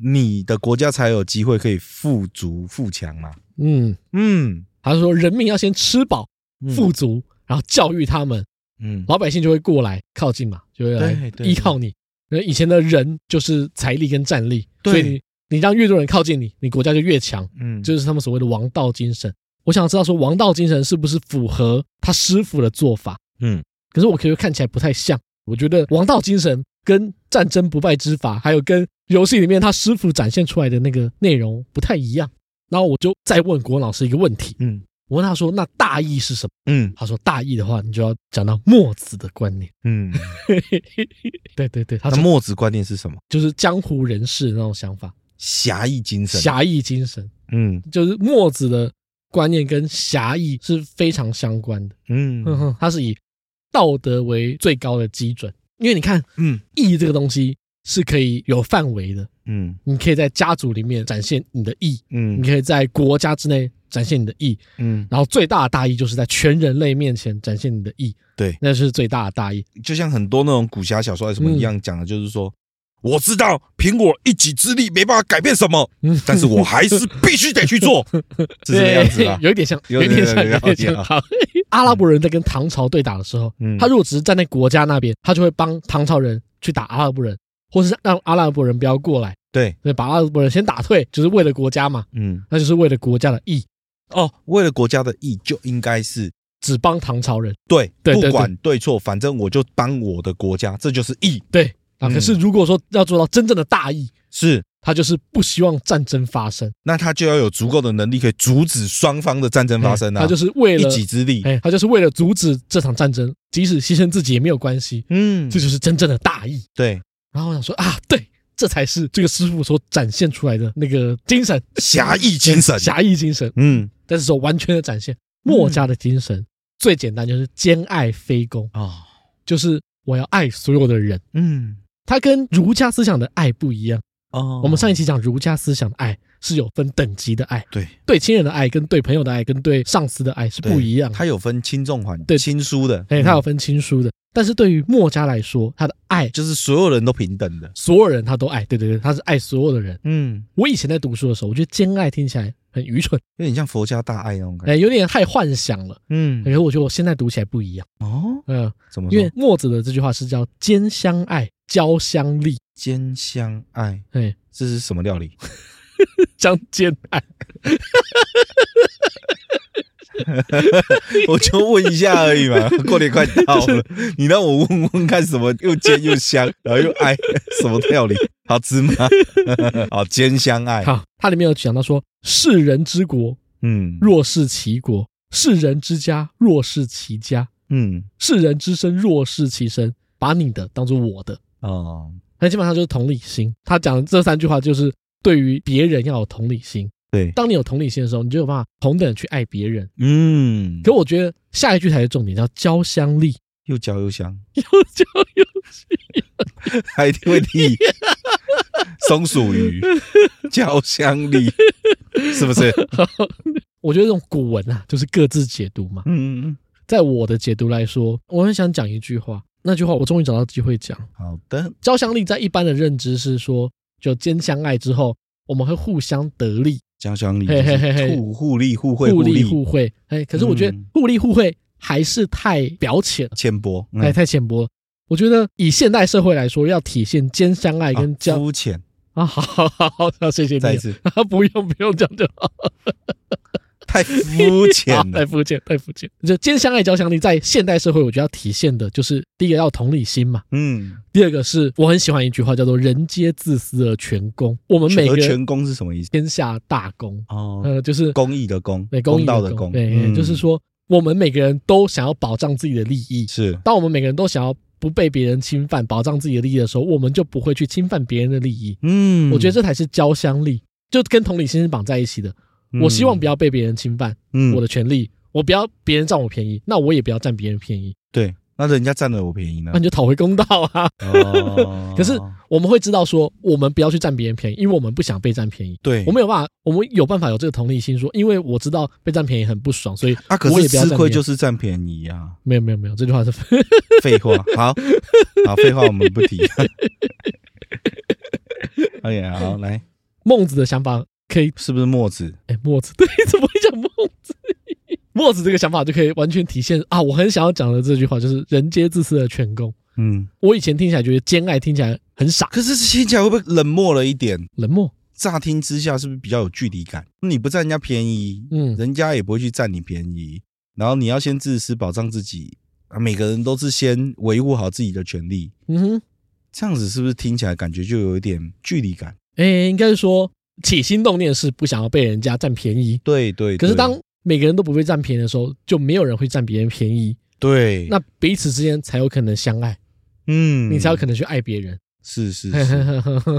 你的国家才有机会可以富足富强嘛。嗯，嗯，他说人民要先吃饱嗯富足，然后教育他们。嗯老百姓就会过来靠近嘛，就会来对对依靠你。因为以前的人就是财力跟战力，对所以你你让越多人靠近你，你国家就越强，嗯，这就是他们所谓的王道精神。我想知道说王道精神是不是符合他师傅的做法？嗯，可是我可以看起来不太像。我觉得王道精神跟战争不败之法，还有跟游戏里面他师傅展现出来的那个内容不太一样。然后我就再问国文老师一个问题，嗯我问他说：“那大义是什么？”嗯他说：“大义的话，你就要讲到墨子的观念。”嗯，对对对，他那是墨子观念是什么？就是江湖人士的那种想法，侠义精神。侠义精神，嗯就是墨子的观念跟侠义是非常相关的。哼嗯哼，他是以道德为最高的基准，因为你看嗯义这个东西是可以有范围的，嗯你可以在家族里面展现你的义，你嗯可以在国家之内展现你的义，嗯，然后最大的大义就是在全人类面前展现你的义，对那是最大的大义。就像很多那种武侠小说还是什么嗯一样讲的，就是说，我知道凭我一己之力没办法改变什么，嗯但是我还是必须得去 做，是这个样子吧对？有一点像，有有点一点像，有有点点像。 了解好阿拉伯人在跟唐朝对打的时候，嗯他如果只是站在国家那边，他就会帮唐朝人去打阿拉伯人，或是让阿拉伯人不要过来。对，所以把阿拉伯人先打退，就是为了国家嘛，嗯，那就是为了国家的义，哦，为了国家的义，就应该是只帮唐朝人。对，对对不管对错，反正我就帮我的国家，这就是义。对啊，嗯可是如果说要做到真正的大义，是，他就是不希望战争发生，那他就要有足够的能力可以阻止双方的战争发生啊，哎他就是为一了，己之力。哎，他就是为了阻止这场战争，即使牺牲自己也没有关系，嗯这，就是真正的大义。对，然后我想说啊，对，这才是这个师傅所展现出来的那个精神，侠义精神。 侠义精神。嗯，但是说完全的展现墨家的精神，最简单就是兼爱非攻，哦，就是我要爱所有的人。嗯，它跟儒家思想的爱不一样。哦我们上一期讲儒家思想的爱是有分等级的爱，对，对亲人的爱跟对朋友的爱跟对上司的爱是不一样的。他有分轻重缓，对亲疏的，哎，它有嗯分亲疏的，但是对于墨家来说，他的爱就是所有人都平等的。所有人他都爱，对对对，他是爱所有的人。嗯，我以前在读书的时候，我觉得兼爱听起来很愚蠢，有点像佛家大爱那种感觉。哎，有点太幻想了。哎可嗯，是我觉得我现在读起来不一样，哦，嗯，怎么因说？为墨子的这句话是叫“兼相爱，交相利兼相爱，”，哎，这是什么料理？相兼爱，我就问一下而已嘛。过年快到了，你让我问问看什么又煎又香，然后又爱什么料理？好吃吗？好煎香爱，好，它里面有讲到说，世人之国嗯若是其国，世人之家若是其家，嗯世人之身若是其身，把你的当做我的，哦，那基本上就是同理心。他讲的这三句话就是对于别人要有同理心，对，当你有同理心的时候，你就有办法同等地去爱别人。嗯，可我觉得下一句才是重点，叫交相利，又焦又香， 又交又还一定会腻。松鼠鱼，焦香粒，是不是？好。我觉得这种古文啊，就是各自解读嘛。嗯，嗯在我的解读来说，我很想讲一句话，那句话我终于找到机会讲。好的，交相利在一般的认知是说，就兼相爱之后，我们会互相得利，焦香粒，嘿嘿嘿嘿互互利互惠互利利互惠。哎，可是我觉得嗯互利互惠还是太表浅了，浅薄，嗯哎，太浅薄了。我觉得以现代社会来说，要体现兼相爱啊跟交肤浅，啊，好好好好，好谢谢再一你。次，啊，不用不用，这样就好。太肤浅啊 太了。肤浅，太肤浅。就兼相爱、交相利，在现代社会，我觉得要体现的就是第一个要有同理心嘛，嗯，第二个是我很喜欢一句话叫做“人皆自私而全功”，我们每个和人全功是什么意思？天下大功。哦，呃，就是公益的公，对公益公道公公，对，嗯就是说我们每个人都想要保障自己的利益。是，当我们每个人都想要不被别人侵犯，保障自己的利益的时候，我们就不会去侵犯别人的利益。嗯我觉得这才是交相利，就跟同理心是绑在一起的。嗯我希望不要要被别人侵犯嗯我的权利，我不要别人占我便宜，那我也不要占别人便宜，对，那人家占了我便宜呢 那。你就讨回公道啊！哦可是我们会知道说，我们不要去占别人便宜，因为我们不想被占便宜。对，我们有办法，我们有办法有这个同理心，说，因为我知道被占便宜很不爽，所以啊，可我也是不要占吃亏便宜就是占便宜啊，没有没有没有，这句话是 废话。好，好，废话我们不提。OK，好，来，孟子的想法，可以是不是墨子？哎，墨子对，怎么会讲孟子？墨子这个想法就可以完全体现啊，我很想要讲的这句话就是“人皆自私而全功”。嗯，我以前听起来觉得兼爱听起来很傻可是听起来会不会冷漠了一点？冷漠，乍听之下是不是比较有距离感？你不占人家便宜，嗯，人家也不会去占你便宜。然后你要先自私，保障自己啊。每个人都是先维护好自己的权利，嗯哼，这样子是不是听起来感觉就有一点距离感？哎，应该是说起心动念是不想要被人家占便宜，对对可是对当每个人都不被占便宜的时候，就没有人会占别人便宜，对那彼此之间才有可能相爱，嗯，你才有可能去爱别人。是是是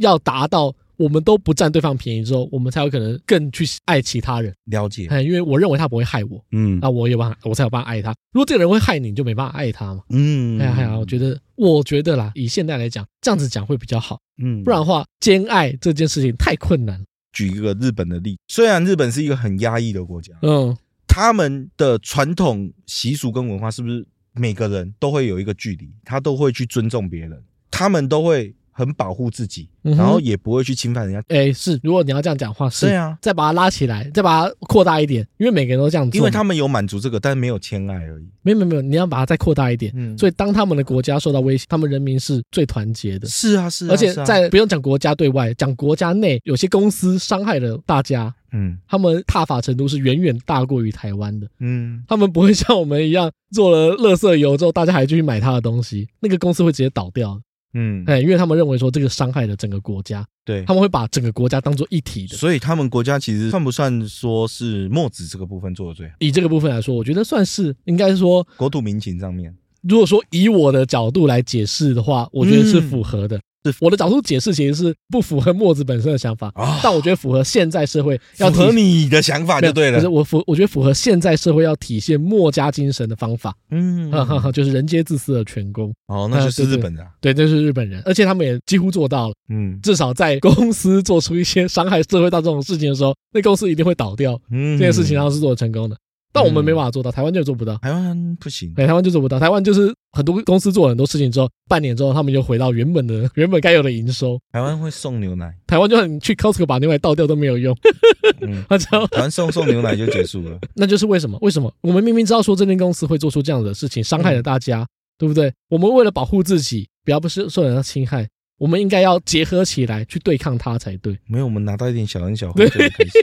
要达到我们都不占对方便宜之后，我们才有可能更去爱其他人。了解，哎，因为我认为他不会害我，嗯那我有办法，我才有办法爱他。如果这个人会害你，你就没办法爱他嘛。嗯，哎呀哎呀，我觉得，我觉得啦，以现在来讲，这样子讲会比较好，嗯，不然的话，兼爱这件事情太困难了。举一个日本的例，虽然日本是一个很压抑的国家，嗯，他们的传统习俗跟文化是不是每个人都会有一个距离，他都会去尊重别人，他们都会很保护自己，嗯哼然后也不会去侵犯人家。哎，是，如果你要这样讲话，是对啊，再把它拉起来，再把它扩大一点，因为每个人都这样做嘛。因为他们有满足这个，但没有谦爱而已。没有没有没有，你要把它再扩大一点。嗯所以当他们的国家受到威胁，他们人民是最团结的。是啊，是啊，而且是啊在不用讲国家对外，讲国家内，有些公司伤害了大家，嗯他们踏法程度是远远大过于台湾的。嗯，他们不会像我们一样做了垃圾油之后，大家还去买他的东西，那个公司会直接倒掉。嗯，哎，因为他们认为说这个伤害了整个国家，对他。们会把整个国家当做一体的。所以他们国家其实算不算说是墨子这个部分做的最好？以这个部分来说，我觉得算是应该是说，国土民情上面，如果说以我的角度来解释的话，我觉得是嗯符合的。是我的角度解释其实是不符合墨子本身的想法，啊但我觉得符合现在社会要符体合你的想法没就有对了不是。我符，我觉得符合现在社会要体现墨家精神的方法， 嗯，就是人皆自私的全功。哦，那就啊对是对日本的啊，对，这是日本人，而且他们也几乎做到了。嗯至少在公司做出一些伤害社会到这种事情的时候，那公司一定会倒掉。嗯，这件事情啊上是做得成功的，但我们没办法做到，台湾就做不到。台湾不行，对，台湾就做不到。台湾就是很多公司做了很多事情之后，半年之后他们就回到原本的 原本该有的营收。台湾会送牛 奶，台湾就很去 Costco 把牛奶倒掉都没有用， 嗯，他知道台湾送送牛奶就结束了。那就是为什么？为什么我们明明知道说这间公司会做出这样的事情，伤害了大家，对不对？我们为了保护自己，不要不是受人家侵害，我们应该要结合起来去对抗它才对。没有，我们拿到一点小恩小惠就很开心。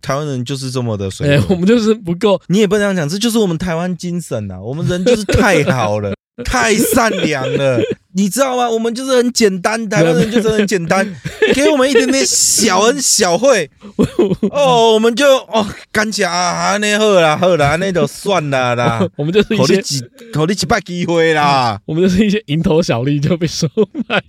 台湾人就是这么的 哎、水我平，们就是不够你也不能这样讲，这就是我们台湾精神呐、啊。我们人就是太好 了，太善良了，你知道吗？我们就是很简单，台湾人就是很简 单，给我们一点点小恩小惠，哦，我们就哦，干起啊，那好啦好啦，那就算了啦，我们就是一给你些，几给你几百机会啦。 我们就是一些蝇头小利就被收买了。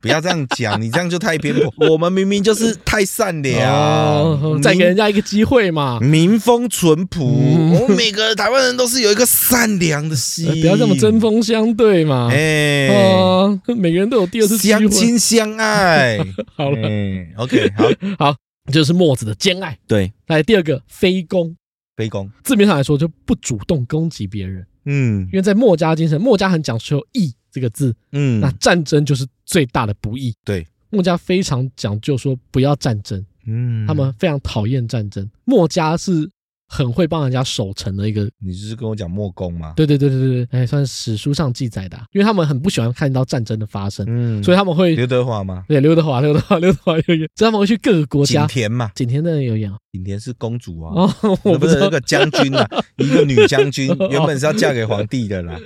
不要这样讲，你这样就太偏颇。我们明明就是太善良，嗯哦再给人家一个机会嘛，民民风淳朴。嗯我们每个台湾人都是有一个善良的心， 呃不要这么针。锋相对嘛。嗯哎、哦，每个人都有第二次机相会。亲相爱。 好了，哎 OK，好， 就是墨子的兼爱。对，来第二个非攻，卑躬。字面上来说就不主动攻击别人，嗯因为在墨家精神，墨家很讲究义这个字，那嗯战争就是最大的不义。对，墨家非常讲究说不要战争，嗯他们非常讨厌战争。墨家是很会帮人家守城的一个你就是跟我讲莫公吗？对对对对对对，哎，算是史书上记载的啊、因为他们很不喜欢看到战争的发生，嗯，所以他们会刘德华吗？对刘德华、刘德华、刘德华有演，所以他们会去各个国景家。甜嘛，景甜的有演啊景甜是公主啊。哦， 那我不不知是道哦那个将军 啊，一个女将军，原本是要嫁给皇帝的啦。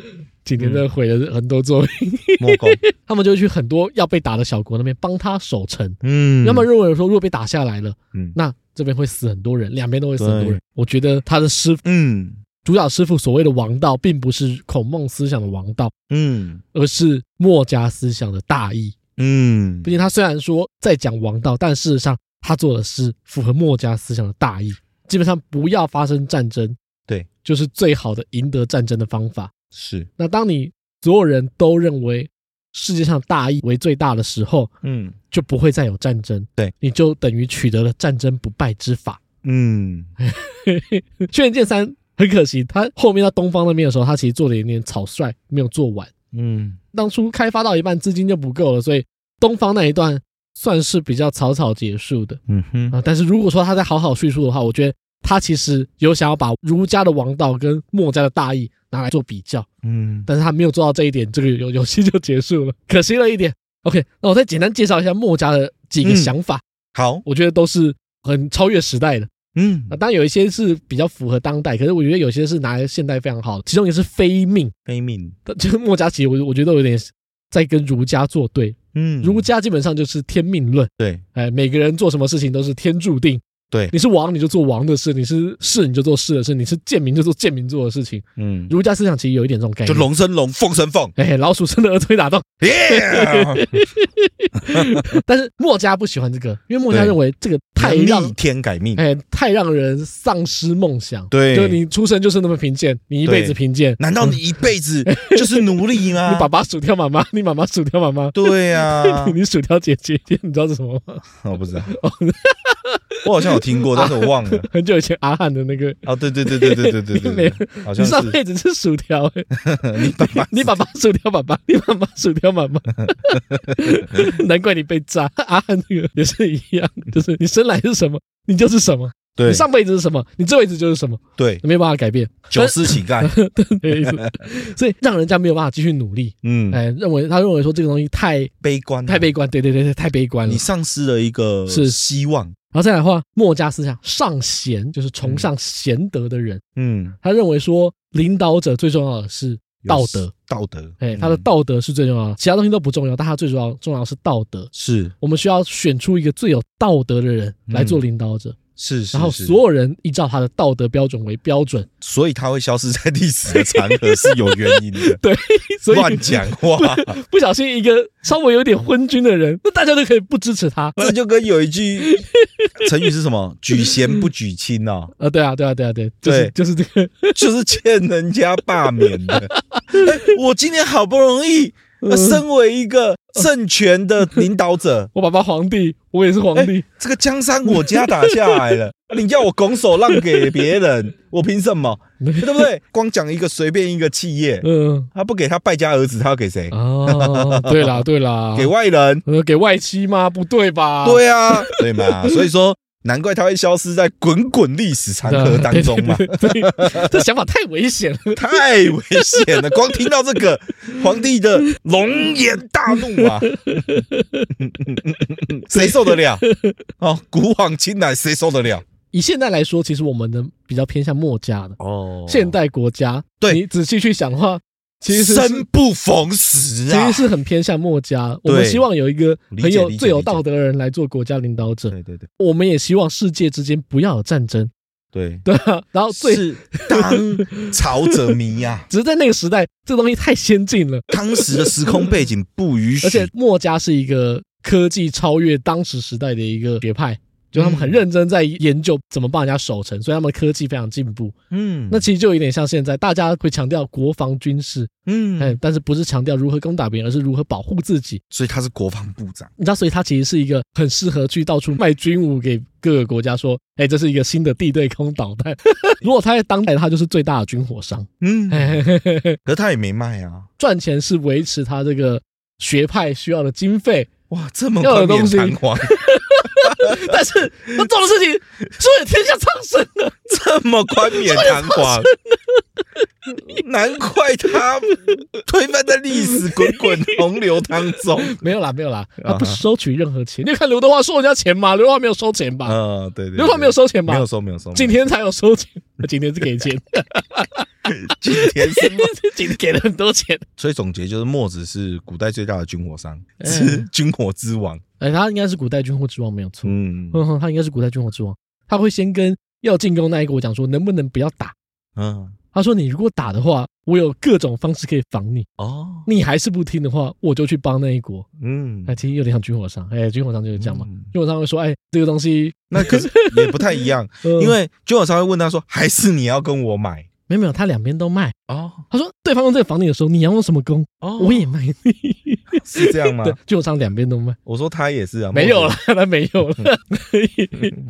景甜的毁了很多作嗯品，莫公， 他们就会去很多要被打的小国那边帮他守城。嗯，要么认为说，如果被打下来了，嗯那这边会死很多人，两边都会死很多人对。我觉得他的师父嗯主角师傅所谓的王道，并不是孔孟思想的王道，嗯而是墨家思想的大义。嗯毕，竟他虽然说在讲王道，但事实上他做的是符合墨家思想的大义。基本上不要发生战争，对，就是最好的赢得战争的方法。是，那当你所有人都认为世界上大义为最大的时候，嗯就不会再有战争。对，你就等于取得了战争不败之法。 嗯轩辕剑三很可惜，他后面到东方那边的时候，他其实做的有点草率，没有做完。嗯当初开发到一半资金就不够了，所以东方那一段算是比较草草结束的。嗯哼，啊，但是如果说他再好好叙述的话，我觉得他其实有想要把儒家的王道跟墨家的大义拿来做比较，嗯但是他没有做到这一点，这个 游游戏就结束了，可惜了一点。OK，那我再简单介绍一下墨家的几个嗯想法，好，我觉得都是很超越时代的。嗯啊，当然有一些是比较符合当代，可是我觉得有些是拿来现代非常好的，其中也是非命，非命，但就是墨家其实我我觉得有点在跟儒家作对，嗯儒家基本上就是天命论。对哎，每个人做什么事情都是天注定。对你是王你就做王的事，你是士你就做士的事，你是贱民就做贱民做的事情。嗯，儒家思想其实有一点这种概就念，龙生龙，凤生凤，哎，老鼠生的儿推打洞。耶，但是墨家不喜欢这个，因为墨家对认为这个 太能让逆天改命，哎太让人丧失梦想。对就你出生就是那么贫贱，你一辈子对贫贱。难道你一辈 子就是奴隶你吗爸？爸数掉妈 妈，你妈妈数掉妈妈， 对啊，你数掉姐姐，你知道是什么吗？ 我不知道，我好像有听过，但是我忘了。很久以前阿汉的那个，哦，对对对对对对对 没对有对，好你像上是辈子是薯条、欸，你爸爸， 你爸爸薯条爸爸，你妈 妈薯条妈 妈，难怪你被炸。阿汉那个也是一样，就是你生来是什么，你就是什么，对你上辈子是什么，你这辈子就是什么， 对，没办法改变，九丝乞 丐，没意思。 所以让人家没有办法继续努力，嗯，哎，认为他认为说这个东西太悲观啊，太悲观，对对对对，太悲观了你。丧失了一个是希望，然后再来的话，墨家思想尚贤，就是崇尚贤德的人，嗯，他认为说领导者最重要的是有道德，道德，哎，他的嗯道德是最重要的，其他东西都不重要，但他最重要重要的是道德。是我们需要选出一个最有道德的人来做领导者，是，是然后嗯是所有人依照他的道德标准为标准。，所以他会消失在历史的长河是有原因的 对，所以乱讲话，不小心一个稍微有点昏君的人，那大家都可以不支持他。这就跟有一句成语是什么“举贤不举亲”啊，呃，对啊，对啊，对啊，对，就是对就是这个，就是欠人家罢免的。哎我今天好不容易，呃身为一个政权的领导者，我爸爸皇帝，我也是皇帝，这个江山我家打下来了，你要我拱手让给别人，我凭什么？对不对？光讲一个随便一个企业，嗯，他不给他败家儿子，他要给谁？哦，对啦，对啦，给外人。呃给外戚吗？不对吧？ 对啊，对嘛，所以说难怪他会消失在滚滚历史长河当中嘛，对，对对对这想法太危险了。 太危险了。光听到这个皇帝的龙颜大怒 啊，谁受得了？哦，古往今来谁受得了？以现在来说，其实我们的比较偏向墨家的哦现代国家。对你仔细去想的话，其实是生不逢时其啊实。是很偏向墨家。我对们希望有一个理解很有理解最有理解道德的人来做国家领导者。对对对我们也希望世界之间不要有战争，对，对啊。然后最是当朝者迷 呀、只是在那个时代，这个东西太先进了，当时的时空背景不允许。而且墨家是一个科技超越当时时代的一个学派。就他们嗯很认真在研究怎么帮人家守城，所以他们科技非常进步。嗯那其实就有点像现在大家会强调国防军事，嗯，哎，但是不是强调如何攻打别人，而是如何保护自己。所以他是国防部长。你知道，所以他其实是一个很适合去到处卖军武给各个国家，说，哎，这是一个新的地对空导弹。 如果他在当代，他就是最大的军火商， 嗯，嘿嘿嘿嘿可是他也没卖啊。赚钱是维持他这个学派需要的经费，哇，这么要有冠冕东西堂皇， 但是他做的事情是为了天下苍生的。这么冠冕堂皇，难怪他推翻在历史滚滚洪流当中。没有啦，没有啦，他啊不哈收取任何钱。你有看刘德华收人家钱吗？刘德华没有收钱吧？ 啊，对对，刘德华没有收钱吧？没有收，没有收。今天才有收钱， 今天是给钱，今天是，今天给了很多钱。所以总结就是，墨子是古代最大的军火商，是军火之王。 哎，他应该是古代军火之王没有错，嗯嗯哼，他应该是古代军火之王。他会先跟要进攻那一国讲说，能不能不要打？嗯，他说你如果打的话，我有各种方式可以防你，哦，你还是不听的话，我就去帮那一国。嗯哎，，其实有点像军火商，哎，军火商就是这样嘛。嗯军火商会说，哎，这个东西，那可是也不太一 样，呃因为军火商会问他说，还是你要跟我买？没有没有，他两边都卖。哦他说对方用这个防你的时候，你要用什么弓，哦我也卖你。是这样吗 对？，军火商两边都卖，我说他也是啊，没有墨了子。，他没有 了。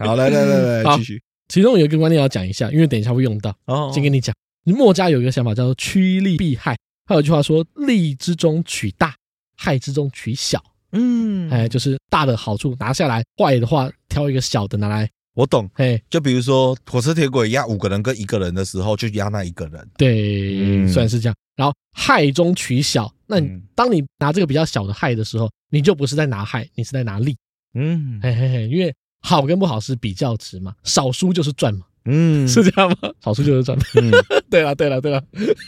好，来来来好来，继续。其中有一个观念要讲一下，因为等一下会用到。哦先跟你讲，墨家有一个想法叫做趋利避害，还有一句话说利之中取大，害之中取小。嗯，哎，就是大的好处拿下来，坏的话挑一个小的拿来。我懂。哎，就比如说火车铁轨压五个人跟一个人的时候，就压那一个人。对，嗯算是这样。然后害中取小，那你嗯当你拿这个比较小的害的时候，你就不是在拿害，你是在拿利。嗯嘿嘿嘿，因为好跟不好是比较值嘛，少输就是赚嘛，嗯是这样吗？少输就是赚。 嗯，对了，对了，对了，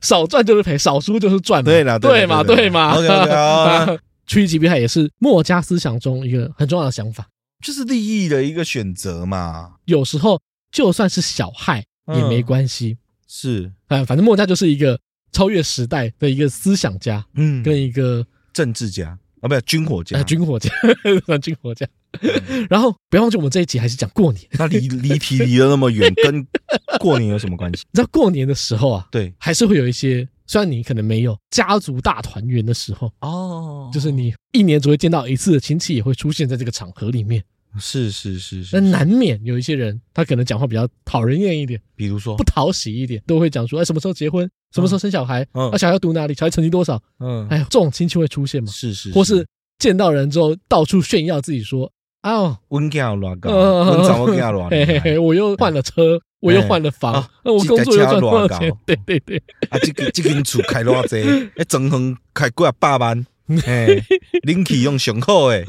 少赚就是赔，少输就是赚嘛。对啦对对嘛，啦对对啦嘛。 OK，OK，好 啊啊趋吉避害也是墨家思想中一个很重要的想法。就是利益的一个选择嘛，有时候就算是小害嗯也没关系，是啊，反正墨家就是一个超越时代的一个思想家，嗯，跟一个政治家啊，不是军火家嗯呃。军火家， 算军火家。然后不要忘记，我们这一集还是讲过年。那离离题离得那么远，跟过年有什么关系？你知道过年的时候啊，对还是会有一些，虽然你可能没有家族大团圆的时候，哦就是你一年只会见到一次的亲戚也会出现在这个场合里面。是是是是那，难免有一些人，他可能讲话比较讨人厌一点，比如说不，讨喜一点，都会讲说，哎，什么时候结婚，什么时候生小孩，嗯啊，小孩要读哪里，小孩成绩多少，嗯，哎，这种亲戚会出现嘛？是是，或是呃见到人之后到处炫耀自己说，啊、哦，温家有多高，呃温长温家有多 嘿嘿厉嘿，我又换了车，我又换了房啊，那我工作又赚多少这台车多钱高？对对对，害啊，这个这间厝开偌 济，哎，整行开几啊百万，嘿，恁去用上好诶，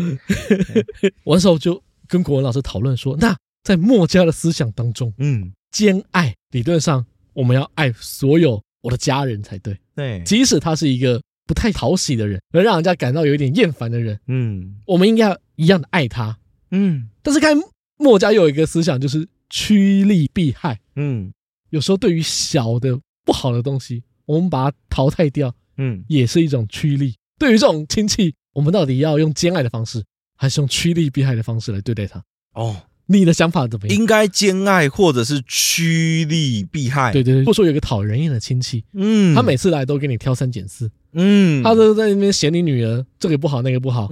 我那时候就跟国文老师讨论说，那在墨家的思想当中，嗯，兼爱理论上我们要爱所有我的家人才对，对，即使他是一个不太讨喜的人，能让人家感到有一点厌烦的人，嗯我们应该要一样的爱他。嗯但是看墨家有一个思想就是趋利避害，嗯有时候对于小的不好的东西，我们把它淘汰掉，嗯，也是一种趋利。对于这种亲戚，我们到底要用兼爱的方式，还是用趋利避害的方式来对待他？哦，你的想法怎么样？应该兼爱或者是趋利避害，对，对对，哎或说有一个讨人厌的亲戚，嗯，他每次来都给你挑三拣四，嗯，他都在那边嫌你女儿这个不好那个不好，哎、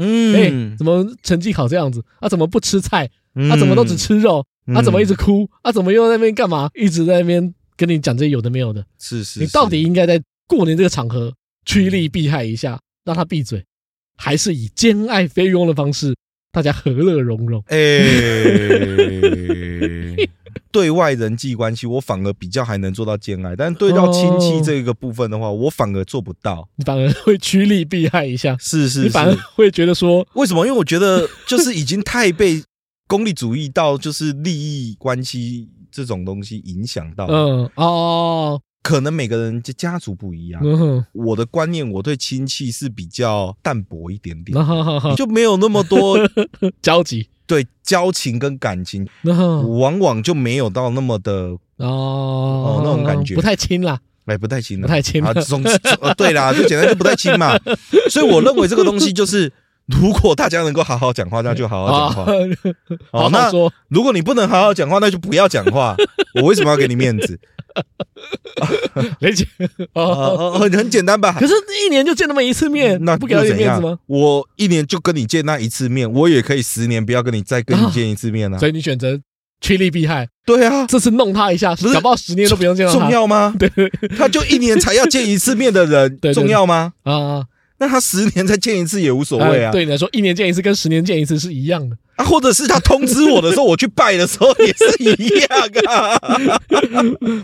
嗯，怎么成绩考这样子？啊，怎么不吃菜？嗯啊，怎么都只，吃肉？啊，嗯怎么一直哭？啊，怎么又在那边干嘛？一直在那边跟你讲这些有的没有的，是是，你到是底应该在过年这个场合趋利避害一下，让他闭嘴，还是以兼爱菲佣的方式，大家和乐融融？哎、对外人际关系，我反而比较还能做到兼爱，但对到亲戚哦这个部分的话，我反而做不到。你反而会趋利避害一下，是是你反而是，会觉得说，为什么？因为我觉得 就是已经太被功利主义到，就是利益关系这种东西影响到。嗯，嗯哦，可能每个人家家族不一样。嗯哼，我的观念，我对亲戚是比较淡薄一点点那，好好好你，就没有那么多交集，对交情跟感情，那好往往就没有到那么的哦那种感觉不太亲啦，哎，不太亲了，不太亲啊。了总之，总呃对啦，就简单就不太亲嘛。所以我认为这个东西就是，如果大家能够好好讲话，那就好好啊，讲话。哦好好那说，如果你不能好好讲话，那就不要讲 话。我为什么要给你面子？理解呃哦。呃，很很简单吧可。是一年就见那么一次面，那不给他又点怎面样子吗？？我一年就跟你见那一次面，我也可以十年不要跟你再跟你见一次面啊。所以你选择趋利避害，对啊，这次弄他一下，是搞不好十年都不用见到他重。要 吗？对对对他就一年才要见一次面的 人，对对重要吗？啊，那他十年再见一次也无所谓啊呃。对你来说，一年见一次跟十年见一次是一样的。啊，或者是他通知我的时候，我去拜的时候也是一样 啊。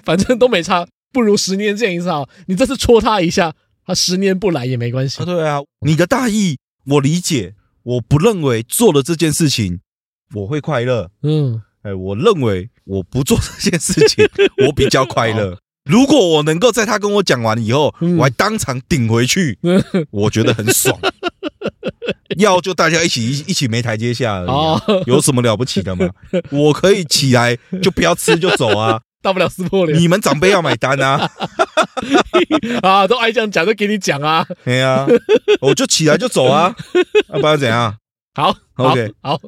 反正都没差，不如十年见一次好。你这次戳他一下，他十年不来也没关系啊，。对啊，你的大意我理解，我不认为做了这件事情我会快乐。嗯，哎，我认为我不做这件事 情，我比较快乐。如果我能够在他跟我讲完以后，哦嗯我还当场顶回 去，我觉得很爽。要就大家一起一一起没台阶下而已啊、哦有什么了不起的吗？我可以起来就不要吃就走 啊！大不了撕破脸你们长辈要买单啊！啊，都爱这样讲，就给你讲啊。哎呀、我就起来就走啊，要、不然怎样？好好 OK 好，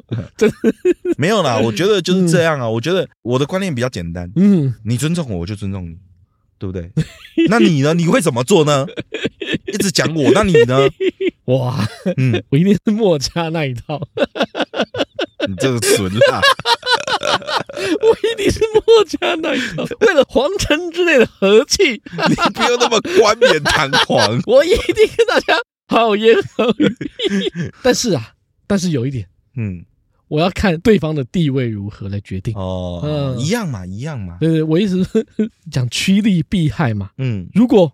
没有啦，我觉得就是这样啊。我觉得我的观念比较简单，嗯，你尊重我，我就尊重你，对不对？那你呢？你会怎么做呢？一直讲我，那你呢？哇，嗯，我一定是墨家那一套，你这个损啦，我一定是墨家那一套。 为了皇城之内的和气，你不用那么冠冕堂皇。我一定跟大家好言好语。 但是啊，但是有一点，嗯，我要看对方的地位如何来决定。哦，嗯一样嘛，一样嘛。对对，我意思是讲趋利避害嘛。嗯，如果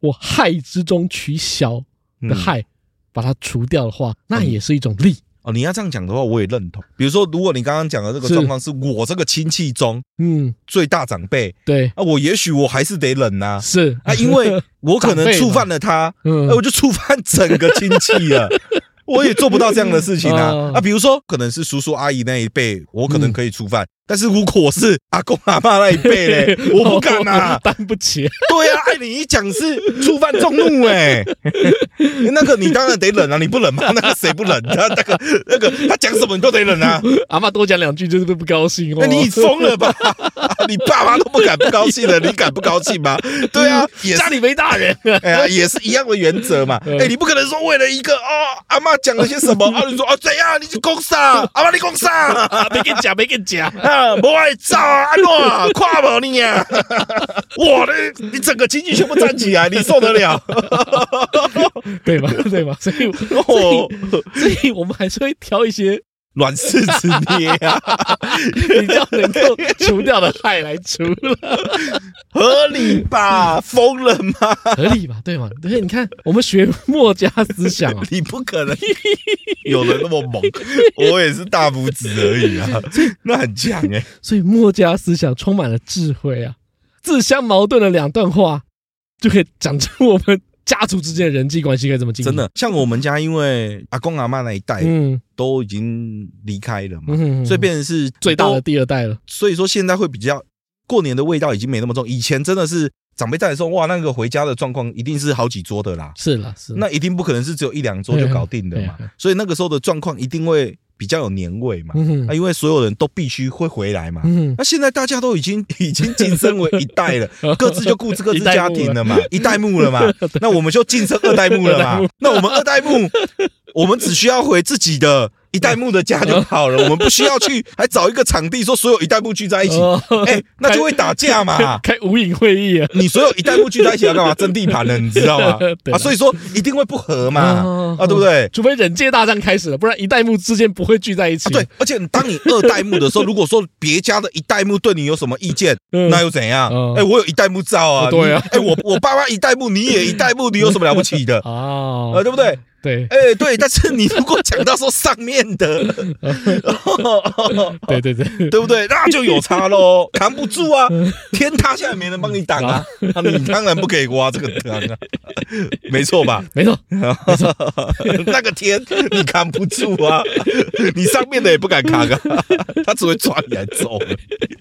我害之中取小嗯的害，把它除掉的话，那也是一种利。哦，你要这样讲的话，我也认同。比如说，如果你刚刚讲的这个是状况是我这个亲戚中嗯，最大长辈对，啊，我也许我还是得忍 呐、是啊，因呃为我可长辈能嘛触犯了他，嗯哎，我就触犯整个亲戚 了。我也做不到这样的事情啊嗯啊！比如说，可能是叔叔阿姨那一辈，我可能可以触犯，嗯但是如果我是阿公阿妈那一辈嘞， 我不敢啊！担不起。对啊，按你一讲是触犯众怒哎、 那个你当然得忍啊，你不忍吗？ 那个谁不忍？他那个那个他讲什么你都得忍啊！哎阿妈多讲两句就是不高兴哦。那你疯了吧？ 你爸妈都不敢不高兴了，你敢不高兴吗？对啊，也是家里没大人， 哎呀，也是一样的原则嘛。哎、嗯你不可能说为了一个哦，阿妈讲了些 什么，啊，你说哦怎样，你去攻杀，阿妈你攻杀 啊，啊没跟讲，没跟讲。不爱照啊，安诺 啊，跨不你呀、啊，我的，你整个情绪全部站起 来，你受得了？对吧？ 对吧？所以，哦，所以我们还是会挑一些软柿子捏 啊，比较能够除掉的害来除 了，合理吧？疯了吗？合理吧？对吗？对，你看，我们学墨家思 想啊，你不可能有人那么 猛，我也是大拇指而已啊，那很强哎、所以墨家思想充满了智慧啊，自相矛盾的两段话，就可以讲出我们家族之间的人际关系该怎么经营。真，的。像我们家，因为阿公阿妈那一代嗯，都已经离开了嘛，嗯所以变成是最大的都，第二代了。所以说现在会比较过年的味道已经没那么重。以前真的是长辈在的时候，哇，那个回家的状况一定是好几桌的啦，是了，是啦那一定不可能是只有一两桌就搞定的对嘛啊对啊，所以那个时候的状况一定会比较有年味嘛，嗯啊，因为所有人都必须会回来嘛，嗯，那现在大家都已经已经晋升为一代 了，各自就顾各自家庭了嘛， 一代目了嘛，那我们就晋升二代目了 嘛。那我们二代目，我们只需要回自己的一代目的家就好 了，我们不需要去还找一个场地说所有一代目聚在一起，啊哦 哎，那就会打架 嘛。开无影会议啊，你所有一代目聚在一起要干嘛？争地盘了，你知道 吗？对啊，啦所以说一定会不和嘛哦，啊，对不对？除非忍界大战开始了，不然一代目之间不会聚在一起。啊，对，，而且当你二代目的时候，如果说别家的一代目对你有什么意见， 嗯那又怎样？嗯哎，我有一代目照啊，哦对啊你哎，我我爸妈一代目，你也一代目，你有什么了不起的？ 哦，呃，对不对？对哎，对，但是你如果讲到说上面 的，哦对对对，对不对？那就有差喽，扛不住啊，天塌下来没人帮你挡 啊，哦那你当然不可以挖这个坑啊，没错吧？没错， 那个天你扛不住啊，你上面的也不敢扛啊， 他只会抓你来揍而已。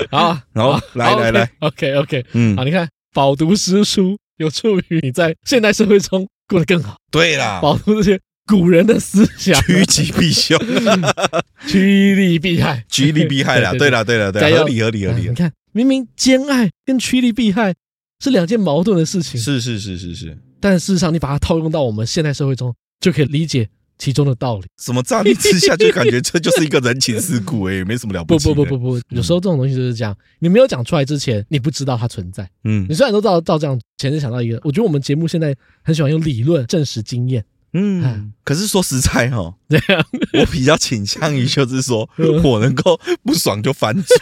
好啊，然后来来来， ，OK OK，嗯好，，你看饱读诗书有助于你在现代社会中过得更好，对啦，饱读这些古人的思想，啊啊趋吉避 凶，趋利避害，趋利避害啦，对啦，对啦，对加啦，油合理合理合啊理你，看，明明兼爱跟趋利避害是两件矛盾的事情，是是是是是，但事实上你把它套用到我们现代社会中，就可以理解其中的道理。怎么乍一之下就感觉这就是一个人情世故哎，没什么了不起的不不不，不，有时候这种东西就是这样，你没有讲出来之前，你不知道它存在。嗯你虽然都照照这样，前面想到一个，我觉得我们节目现在很喜欢用理论证实经验， 啊嗯，可是说实在哈，这样我比较倾向于就是说 嗯我能够不爽就翻桌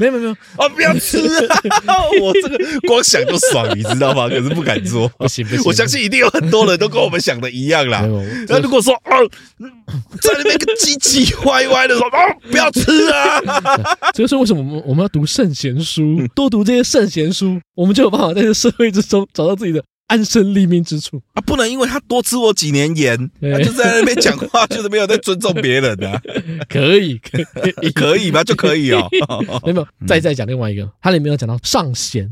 没有没有没有， 啊，不要吃啊，我这个光想就爽，你知道 吗？可是不敢做，不行不行，我相信一定有很多人都跟我们想的一样啦没。有，那这如果说哦，在那边个唧唧歪歪的 说哦，不要吃啊，这就是为什么我们我们要读圣贤书，多读这些圣贤书，我们就有办法在这社会之中找到自己的安身立命之处。啊，不能因为他多吃我几年盐，对他就在那边讲话，就是没有在尊重别人 啊，可以可以，可以吗？就可以 哦。 没有没有，再再讲另外一个，它里面有讲到尚贤，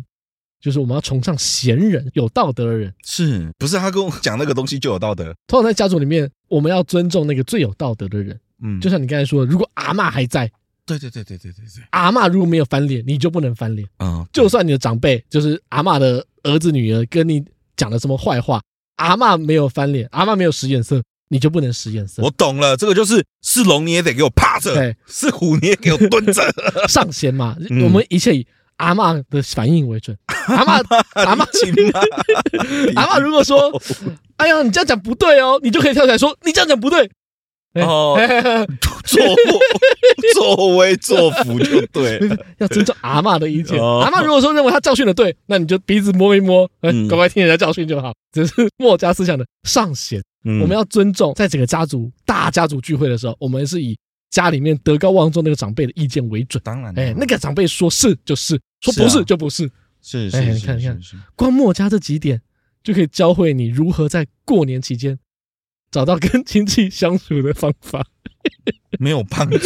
就是我们要崇尚贤人，有道德的人。是不是他跟我讲那个东西就有道德？通常在家族里面，我们要尊重那个最有道德的人。嗯，就像你刚才说的，如果阿嬷还在，对对对对对对对，阿嬷如果没有翻脸，你就不能翻脸。啊，就算你的长辈，就是阿嬷的儿子、女儿跟你讲了什么坏话，阿嬷没有翻脸，阿嬷没有使眼色，你就不能使眼色。我懂了，这个就是是龙你也得给我趴着对，是虎你也给我蹲着， 上弦嘛，嗯我们一切以阿嬷的反应 为准。阿嬷，阿嬷，亲妈，阿嬷如果说，哎呀，你这样讲不对哦，你就可以跳起来说，你这样讲不对。哎哦嘿嘿嘿 作祸作威作福就对 了。要尊重阿嬷的意见。哦阿嬷如果说认为她教训的对，那你就鼻子摸一摸，哎嗯乖乖听人家教训就好。这是墨家思想的上弦。嗯我们要尊重，在整个家族大家族聚会的时候，我们是以家里面德高望重那个长辈的意见为准。当然了，哎，那个长辈说是就是，说是啊不是就不是。是哎是你是看是看是，光墨家这几点就可以教会你如何在过年期间找到跟亲戚相处的方法。没有帮助，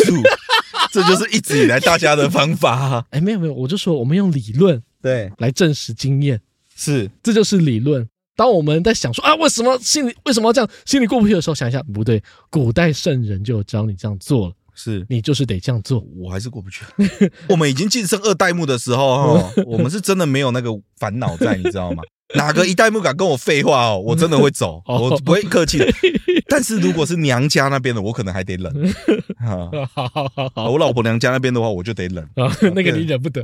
这就是一直以来大家的方法啊。哎，没有没有，我就说我们用理论 对，来证实经验。是这就是理论。当我们在想说啊，为什么心里为什么要这样，心里过不去的时候，想一下，不对，古代圣人就有教你这样做了，是你就是得这样做。我还是过不去。 我们已经晋升二代目的时候， 哦，我们是真的没有那个烦恼在，你知 道吗？哪个一代目敢跟我废话哦，我真的会走， 哦我不会客 气的。但是如果是娘家那边的，我可能还得忍。 啊，好好好好，我老婆娘家那边的话，我就得忍，啊， 那个你忍不得，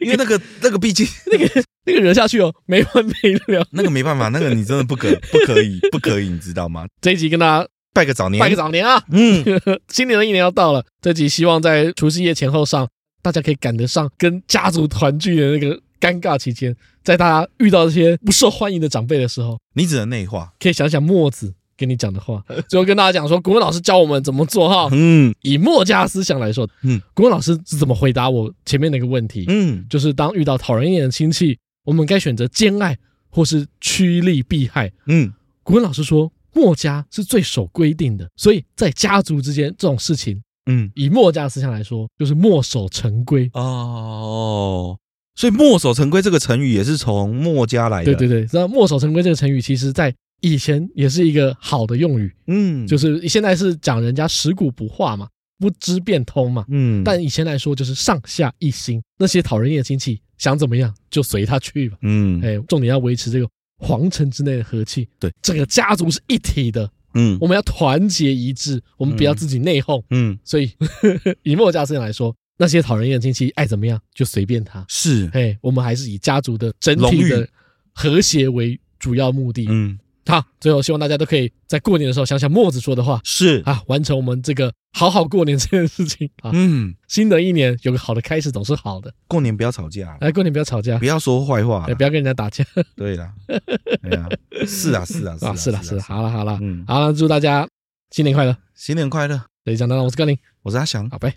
因为那 个那个毕竟那个忍下去哦，没完没了。那个没办法，那个你真的不可 不可以不可以，你知道吗？这一集跟大家拜个早年，拜个早年 啊！嗯，新年的一年要到了，这集希望在除夕夜前后上，大家可以赶得上跟家族团聚的那个尴尬期间，在大家遇到这些不受欢迎的长辈的时候，你只能内 化。可以想想墨子跟你讲的 话。最后跟大家讲说，国文老师教我们怎么做哈。嗯以墨家思想来说，嗯，国文老师是怎么回答我前面那个问题？嗯，就是当遇到讨人厌的亲戚，我们该选择兼爱或是趋利避害。嗯，古文老师说，墨家是最守规定的，所以在家族之间这种事情，嗯，以墨家思想来说，就是墨守成规。哦，所以墨守成规这个成语也是从墨家来的。对对对，那墨守成规这个成语，其实在以前也是一个好的用语，嗯，就是现在是讲人家食古不化嘛，不知变通嘛。嗯，但以前来说，就是上下一心，那些讨人厌的亲戚想怎么样就随他去吧。嗯哎，重点要维持这个皇城之内的和气。对，整个家族是一体的，嗯我们要团结一致，我们不要自己内讧。嗯，所以 以墨家思想来说，那些讨人厌的亲戚爱怎么样就随便他。是，哎，我们还是以家族的整体荣的誉和谐为主要目的。嗯好，最后希望大家都可以在过年的时候想想墨子说的话是，啊，完成我们这个好好过年这件事情啊。嗯，新的一年有个好的开始总是好的，过年不要吵架，来过年不要吵架不，要说坏话哎哎，，不要跟人家打架对啦，对啊，是啊 是啊啊。是啦啦是啦，，好啦好啦，嗯，好了，祝大家新年快乐！新年快乐，这里讲到了，我是高林，我是阿翔。好，拜。